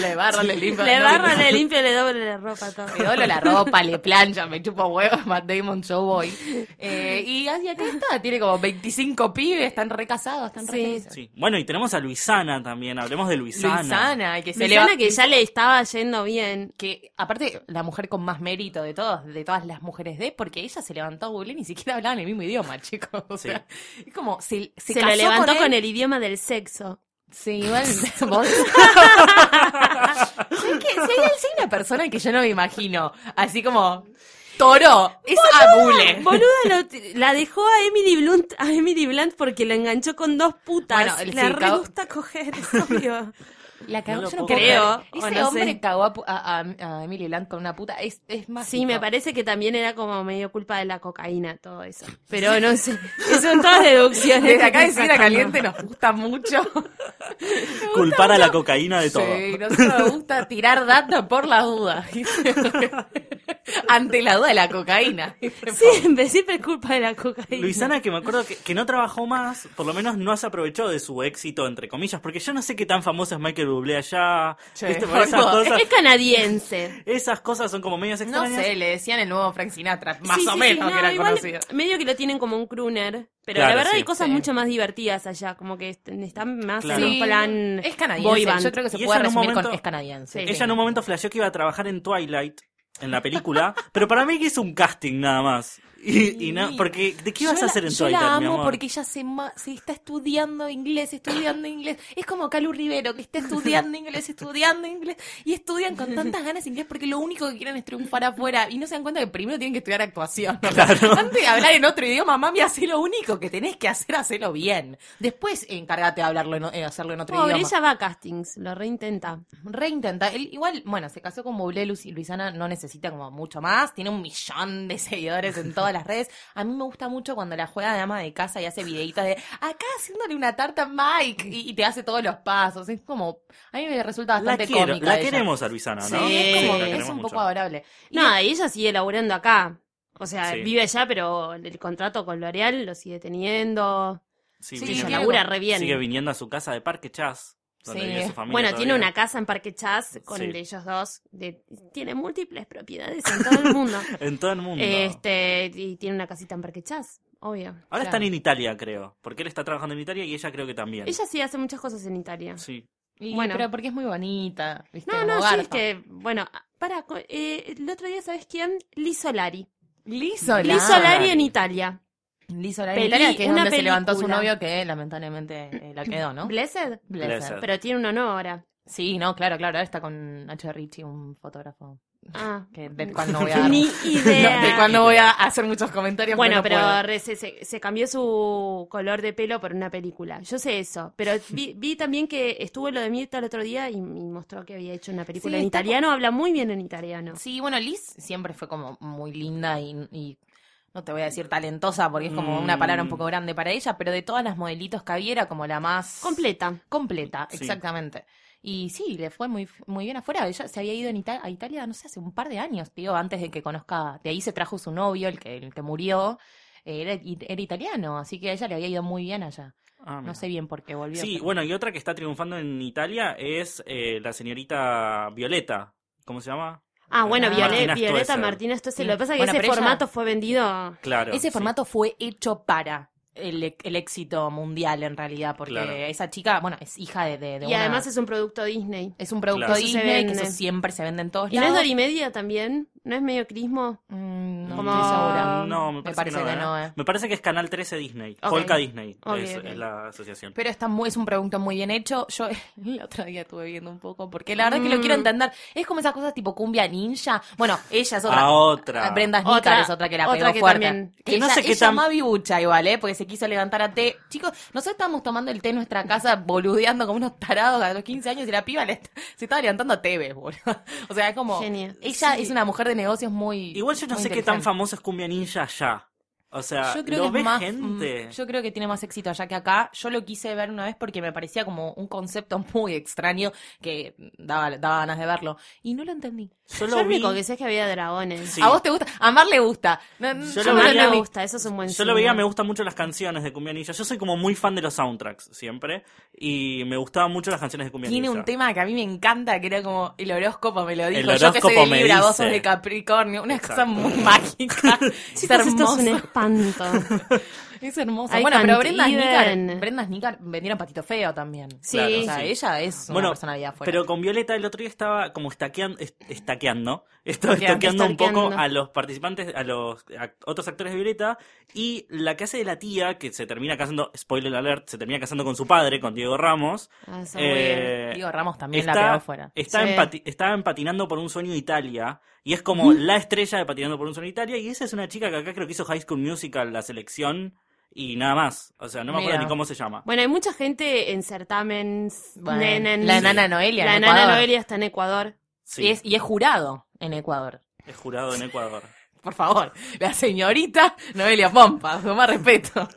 Speaker 4: Le barro, le limpio.
Speaker 3: le
Speaker 4: no,
Speaker 3: barro,
Speaker 4: no.
Speaker 3: le limpio, le doble la ropa todo.
Speaker 4: Me doblo la ropa, le plancha, me chupo huevos, Matt Damon, yo voy. Eh, y así acá está, tiene como 25 pibes, están recasados, están re
Speaker 3: Sí.
Speaker 4: felices.
Speaker 5: Sí. Bueno, y tenemos a Luisana también. Hablemos de Luisana.
Speaker 4: Luisana, que se le
Speaker 3: Luciana que ya le estaba yendo bien.
Speaker 4: que aparte la mujer con más mérito de todos, de todas las mujeres de, porque ella se levantó a Google y ni siquiera hablaban el mismo idioma, chicos. O
Speaker 5: Sí.
Speaker 4: sea, es como se, se,
Speaker 3: Se, lo
Speaker 4: casó
Speaker 3: levantó con,
Speaker 4: él.
Speaker 3: el idioma del sexo.
Speaker 4: Sí, igual vos. ¿Sabés qué? Si hay, si hay una persona que yo no me imagino, así como toro, es abule.
Speaker 3: Boluda, lo- la dejó a Emily Blunt, a Emily Blunt porque la enganchó con dos putas.
Speaker 4: Bueno, el-
Speaker 3: la
Speaker 4: sí,
Speaker 3: re
Speaker 4: cagó-
Speaker 3: gusta coger, es obvio.
Speaker 4: La cagó,
Speaker 5: No lo
Speaker 4: yo no
Speaker 5: puedo
Speaker 4: creo.
Speaker 3: creer.
Speaker 4: Ese
Speaker 3: O no
Speaker 4: hombre
Speaker 3: sé.
Speaker 4: cagó a, pu- a, a- a Emily Blunt con una puta. Es, es más.
Speaker 3: Sí, me parece que también era como medio culpa de la cocaína todo eso. Pero no sé, son todas deducciones.
Speaker 4: Desde acá de Sidra Caliente nos gusta mucho.
Speaker 5: Culpar a la cocaína de todo.
Speaker 4: Sí, nosotros nos gusta tirar datos por la duda. Ante la duda de la cocaína.
Speaker 3: Siempre, siempre es culpa de la cocaína.
Speaker 5: Luisana, que me acuerdo que, que no trabajó más, por lo menos no se aprovechó de su éxito, entre comillas, porque yo no sé qué tan famoso es Michael Bublé allá.
Speaker 4: Che,
Speaker 5: ¿viste? Por esas,
Speaker 4: boludo.
Speaker 5: cosas,
Speaker 3: Es canadiense.
Speaker 5: esas cosas son como medias
Speaker 4: No
Speaker 5: extrañas.
Speaker 4: sé, le decían el nuevo Frank Sinatra, más
Speaker 3: Sí,
Speaker 4: o
Speaker 3: sí, sí,
Speaker 4: menos,
Speaker 3: no,
Speaker 4: que era
Speaker 3: igual
Speaker 4: conocido.
Speaker 3: Medio que lo tienen como un crooner. Pero
Speaker 5: Claro,
Speaker 3: la verdad
Speaker 5: sí.
Speaker 3: hay cosas
Speaker 4: Sí.
Speaker 3: mucho más divertidas allá. Como que est- están más
Speaker 5: Claro.
Speaker 3: en un plan.
Speaker 4: es canadiense.
Speaker 3: boy band.
Speaker 4: Yo creo que se
Speaker 5: Y
Speaker 4: puede
Speaker 5: ella en un
Speaker 4: resumir con
Speaker 5: momento-
Speaker 4: es canadiense.
Speaker 3: Sí.
Speaker 5: Ella en un momento flasheó que iba a trabajar en Twilight, en la película, pero para mí que hizo un casting nada más. Y, y no, porque ¿de qué
Speaker 4: Yo
Speaker 5: vas
Speaker 4: la-
Speaker 5: a hacer en tu
Speaker 4: Yo la
Speaker 5: hábitat, mi
Speaker 4: amo
Speaker 5: amor?
Speaker 4: porque ella se, ma- se está estudiando inglés, estudiando inglés. Es como Calu Rivero, que está estudiando inglés, estudiando inglés. Y estudian con tantas ganas inglés porque lo único que quieren es triunfar afuera. Y no se dan cuenta que primero tienen que estudiar actuación. Antes de hablar en otro idioma, mami, hacé lo único que tenés que hacer, hacelo bien. Después encárgate de hablarlo en o- eh, hacerlo en otro
Speaker 3: Pobre,
Speaker 4: idioma.
Speaker 3: ella va a castings, lo reintenta.
Speaker 4: Reintenta. Él, igual, bueno, se casó con Bublé, Luis, Luisana no necesita como mucho más. Tiene un millón de seguidores en todas las redes. A mí me gusta mucho cuando la juega de ama de casa y hace videitos de acá haciéndole una tarta a Mike y, y te hace todos los pasos. Es como, a mí me resulta
Speaker 5: La,
Speaker 4: bastante
Speaker 5: quiero,
Speaker 4: cómica.
Speaker 5: la
Speaker 4: ella.
Speaker 5: queremos a Luisana,
Speaker 4: Sí,
Speaker 5: ¿no?
Speaker 4: es como
Speaker 5: la
Speaker 4: que es
Speaker 5: queremos
Speaker 4: un
Speaker 5: mucho.
Speaker 4: poco adorable. Y
Speaker 3: No, y ella sigue laburando acá. O sea,
Speaker 5: Sí.
Speaker 3: vive allá, pero el contrato con L'Oreal lo sigue teniendo.
Speaker 4: Sí,
Speaker 5: Sí,
Speaker 3: Sí,
Speaker 5: viene-
Speaker 3: ella
Speaker 4: tiene-
Speaker 3: labura re bien.
Speaker 5: sigue viniendo a su casa de Parque Chas. Donde
Speaker 4: Sí.
Speaker 5: vive su familia
Speaker 3: Bueno, tiene
Speaker 5: todavía.
Speaker 3: una casa en Parque Chas con
Speaker 5: Sí.
Speaker 3: ellos dos. de- tiene múltiples propiedades en todo el mundo.
Speaker 5: En todo el mundo.
Speaker 3: este Y tiene una casita en Parque Chas, obvio.
Speaker 5: Ahora
Speaker 4: claro.
Speaker 5: están en Italia, creo. Porque él está trabajando en Italia y ella creo que también.
Speaker 3: Ella sí hace muchas cosas en Italia.
Speaker 5: Sí.
Speaker 4: y-
Speaker 3: Bueno.
Speaker 4: Pero porque es muy bonita. ¿viste?
Speaker 3: No,
Speaker 4: Como
Speaker 3: no, sí, es
Speaker 4: garpa.
Speaker 3: que, bueno, ah, para, eh, el otro día, ¿sabes quién? Liz Solari.
Speaker 4: Liz Solari.
Speaker 3: Liz Solari en Italia.
Speaker 4: Liz Solari en
Speaker 3: Peli-
Speaker 4: Italia, que es
Speaker 3: una
Speaker 4: donde se levantó su
Speaker 3: película.
Speaker 4: novio que lamentablemente eh, la quedó, ¿no?
Speaker 3: Blessed,
Speaker 4: Blessed.
Speaker 5: Blessed.
Speaker 3: pero tiene un honor ahora.
Speaker 4: Sí, no, claro, claro. Ahora está con Nacho Ricci, un fotógrafo
Speaker 3: Ah.
Speaker 4: que, del cual no voy a dar-
Speaker 3: Ni
Speaker 4: no, del
Speaker 3: idea.
Speaker 4: cual no voy a hacer muchos comentarios.
Speaker 3: Bueno,
Speaker 4: porque no
Speaker 3: pero
Speaker 4: puedo.
Speaker 3: re- se, se- se cambió su color de pelo por una película. Yo sé eso. Pero vi, vi también que estuvo lo de Mirta el otro día y, y mostró que había hecho una película
Speaker 4: Sí,
Speaker 3: en
Speaker 4: está con-
Speaker 3: italiano. Habla muy bien en italiano.
Speaker 4: Sí, bueno, Liz siempre fue como muy linda y, y no te voy a decir talentosa porque es como una
Speaker 5: Mm.
Speaker 4: palabra un poco grande para ella, pero de todas las modelitos que había era como la más
Speaker 3: Completa.
Speaker 4: completa,
Speaker 5: Sí.
Speaker 4: exactamente. Y sí, le fue muy, muy bien afuera. Ella se había ido en Ita- a Italia, no sé, hace un par de años, tío, antes de que conozca. De ahí se trajo su novio, el que, el que murió. eh, Era, i- era italiano, así que a ella le había ido muy bien allá.
Speaker 5: Ah, mira.
Speaker 4: No sé bien por qué volvió.
Speaker 5: Sí,
Speaker 4: pero-
Speaker 5: bueno, y otra que está triunfando en Italia es eh, la señorita Violeta. ¿Cómo se llama?
Speaker 3: Ah, bueno,
Speaker 4: Ah.
Speaker 3: Viole-
Speaker 5: Martina
Speaker 3: Violeta
Speaker 5: Stoessel.
Speaker 3: Martínez. Entonces,
Speaker 4: Sí.
Speaker 3: lo que pasa es que
Speaker 4: Bueno,
Speaker 3: ese
Speaker 4: pero ella-
Speaker 3: formato fue vendido.
Speaker 5: Claro.
Speaker 4: Ese
Speaker 5: sí.
Speaker 4: formato fue hecho para el, e-, el éxito mundial, en realidad, porque
Speaker 5: Claro.
Speaker 4: esa chica, bueno, es hija de, de, de
Speaker 3: Y
Speaker 4: una-
Speaker 3: además es un producto Disney.
Speaker 4: es un producto
Speaker 5: Claro.
Speaker 3: Eso se
Speaker 4: Disney, que
Speaker 3: vende.
Speaker 4: eso siempre se vende en todos
Speaker 3: ¿Y no es
Speaker 4: lados.
Speaker 3: Dorimedia también? ¿No es medio crismo?
Speaker 4: Mm, no
Speaker 3: Como-
Speaker 4: estoy segura.
Speaker 5: No, me
Speaker 4: Me
Speaker 5: parece,
Speaker 4: parece
Speaker 5: que, no,
Speaker 4: que
Speaker 5: ¿eh?
Speaker 4: no, ¿eh?
Speaker 5: Me parece que es Canal 13 Disney.
Speaker 3: Ok.
Speaker 5: Polka Disney
Speaker 3: Ok,
Speaker 5: es,
Speaker 3: ok.
Speaker 5: es la asociación.
Speaker 4: Pero está muy, es un producto muy bien hecho. Yo el otro día estuve viendo un poco, porque la verdad es que lo quiero
Speaker 3: Mm.
Speaker 4: entender. Es como esas cosas tipo cumbia ninja. Bueno, ella es otra.
Speaker 5: A otra.
Speaker 4: Brenda Snicker
Speaker 3: Otra-
Speaker 4: es otra que la
Speaker 3: otra
Speaker 4: pegó
Speaker 3: que
Speaker 4: fuerte.
Speaker 3: también-
Speaker 5: que no
Speaker 4: ella,
Speaker 5: sé qué
Speaker 4: ella
Speaker 5: tan-
Speaker 4: más bibucha igual, ¿eh? Porque se quiso levantar a té. Chicos, nosotros estábamos tomando el té en nuestra casa, boludeando como unos tarados a los 15 años y la piba le est- se estaba levantando a té, boludo. O sea, es como...
Speaker 3: Genia.
Speaker 4: Ella
Speaker 3: Sí.
Speaker 4: es una mujer de negocios muy...
Speaker 5: Igual yo no
Speaker 4: muy
Speaker 5: sé qué tan
Speaker 4: inteligente.
Speaker 5: famoso es Cumbia Ninja allá. O sea,
Speaker 4: Yo creo
Speaker 5: lo
Speaker 4: que es
Speaker 5: ve
Speaker 4: más-
Speaker 5: gente.
Speaker 4: mm, Yo creo que tiene más éxito allá que acá. Yo lo quise ver una vez porque me parecía como un concepto muy extraño que daba, daba ganas de verlo. Y no lo entendí.
Speaker 5: Yo
Speaker 3: Yo
Speaker 5: lo
Speaker 3: lo
Speaker 5: vi.
Speaker 3: único que sé es que había dragones.
Speaker 5: Sí.
Speaker 4: A vos te gusta, a Mar le gusta. No, no,
Speaker 5: Yo
Speaker 3: Yo
Speaker 5: lo
Speaker 3: no
Speaker 5: veía-
Speaker 3: me gusta, eso es un buen
Speaker 5: Yo lo
Speaker 3: signo.
Speaker 5: veía, me gustan mucho las canciones de Cumbia Ninja. Yo soy como muy fan de los soundtracks siempre. Y me gustaban mucho las canciones de Cumbia
Speaker 4: Tiene
Speaker 5: Ninja.
Speaker 4: un tema que a mí me encanta, que era como el horóscopo me lo dijo.
Speaker 5: El
Speaker 4: Yo que soy
Speaker 5: horóscopo
Speaker 4: de
Speaker 5: me
Speaker 4: Libra, vos
Speaker 5: dice.
Speaker 4: sos de Capricornio. Una
Speaker 5: Exacto.
Speaker 4: cosa muy mágica. es
Speaker 3: Chicos, esto
Speaker 4: hermoso.
Speaker 3: es un espanto.
Speaker 4: Es hermoso.
Speaker 3: I
Speaker 4: Bueno, pero
Speaker 3: can't
Speaker 4: Brenda
Speaker 3: even.
Speaker 4: Snicker, Brenda Snicker vendieron Patito Feo también.
Speaker 3: Sí.
Speaker 5: Claro,
Speaker 4: O sea,
Speaker 5: sí.
Speaker 4: ella es una
Speaker 5: Bueno,
Speaker 4: personalidad afuera.
Speaker 5: Pero con Violeta el otro día estaba como estaqueando, estaqueando, estaba
Speaker 3: Estaqueando.
Speaker 5: estaqueando un poco a los participantes, a los act- otros actores de Violeta, y la que hace de la tía, que se termina casando, spoiler alert, se termina casando con su padre, con Diego Ramos,
Speaker 3: Ah, eso es muy bien.
Speaker 5: eh,
Speaker 4: Diego Ramos también la
Speaker 5: está-
Speaker 4: pegó afuera.
Speaker 5: está,
Speaker 3: Sí.
Speaker 5: empati- está empatinando por un sueño de Italia, y es
Speaker 4: Mm.
Speaker 5: como la estrella de Patinando por un sueño de Italia, y esa es una chica que acá creo que hizo High School Musical, la selección, y nada más, o sea, no me acuerdo
Speaker 4: Mira.
Speaker 5: ni cómo se llama.
Speaker 3: Bueno, hay mucha gente en certámenes.
Speaker 4: Bueno,
Speaker 3: nenen-
Speaker 4: la nana Noelia.
Speaker 3: La
Speaker 4: en
Speaker 3: nana
Speaker 4: Ecuador.
Speaker 3: Noelia está en Ecuador.
Speaker 5: Sí,
Speaker 4: Y, es, y es jurado en Ecuador.
Speaker 5: es jurado en Ecuador.
Speaker 4: Por favor. La señorita Noelia Pompa. Con más respeto.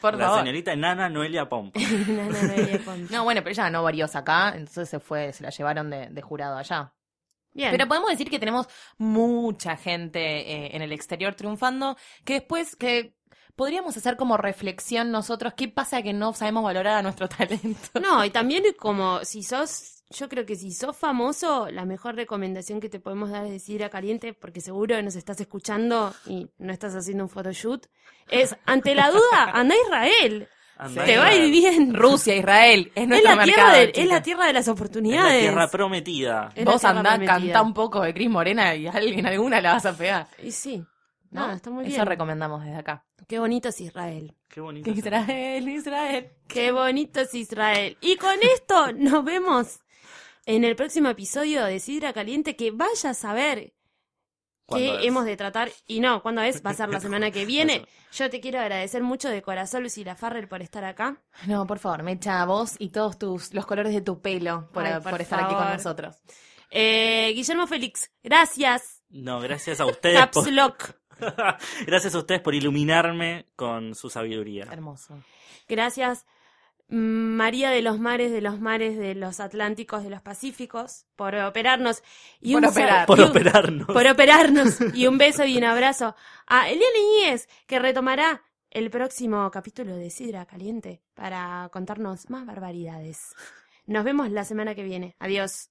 Speaker 4: Por
Speaker 5: la
Speaker 4: favor.
Speaker 5: señorita Nana Noelia Pompa.
Speaker 3: Nana Noelia Ponce.
Speaker 4: No, bueno, pero ella ganó varios acá, entonces se fue, se la llevaron de, de jurado allá.
Speaker 3: Bien.
Speaker 4: Pero podemos decir que tenemos mucha gente eh, en el exterior triunfando, que después que podríamos hacer como reflexión nosotros, ¿qué pasa que no sabemos valorar a nuestro talento?
Speaker 3: No, y también como si sos, yo creo que si sos famoso, la mejor recomendación que te podemos dar es decir a Caliente, porque seguro nos estás escuchando y no estás haciendo un photoshoot, es, ante la duda, anda a Israel.
Speaker 5: Andá
Speaker 3: Te va a ir bien.
Speaker 4: Rusia, Israel, es
Speaker 3: Es
Speaker 4: nuestro
Speaker 3: la, tierra
Speaker 4: mercado.
Speaker 3: de,
Speaker 4: chicos.
Speaker 3: es la tierra de las
Speaker 5: Es la
Speaker 3: oportunidades.
Speaker 5: tierra prometida.
Speaker 3: Es la
Speaker 4: Vos
Speaker 3: tierra
Speaker 4: andá,
Speaker 3: prometida.
Speaker 4: cantá un poco de Cris Morena y alguien, alguna la vas a pegar.
Speaker 3: Y sí.
Speaker 4: ¿no?
Speaker 3: Ah, está muy
Speaker 4: Eso
Speaker 3: bien.
Speaker 4: recomendamos desde acá.
Speaker 3: Qué bonito es Israel.
Speaker 5: Qué bonito.
Speaker 4: Israel, Israel.
Speaker 3: Qué bonito es Israel. Y con esto nos vemos en el próximo episodio de Sidra Caliente, que vaya a saber qué
Speaker 5: ¿Cuándo es?
Speaker 3: hemos de tratar. Y no, cuando es, va a ser la semana que viene. Yo te quiero agradecer mucho de corazón, Lucila Farrell, por estar acá.
Speaker 4: No, por favor, me echa vos y todos tus los colores de tu pelo por,
Speaker 3: Ay,
Speaker 4: por
Speaker 3: por
Speaker 4: estar aquí con
Speaker 3: favor.
Speaker 4: nosotros.
Speaker 3: Eh, Guillermo Félix, gracias.
Speaker 5: No, gracias a ustedes. Eh, por-
Speaker 3: Caps Lock.
Speaker 5: gracias a ustedes por iluminarme con su sabiduría.
Speaker 4: Hermoso.
Speaker 3: Gracias. María de los mares, de los mares, de los atlánticos, de los pacíficos, por operarnos. Y
Speaker 4: Por
Speaker 3: un-
Speaker 4: operar.
Speaker 5: Por
Speaker 3: y un-
Speaker 5: operarnos.
Speaker 3: por operarnos. Y un beso y un abrazo a Eliane Iñez, que retomará el próximo capítulo de Sidra Caliente para contarnos más barbaridades. Nos vemos la semana que viene. Adiós.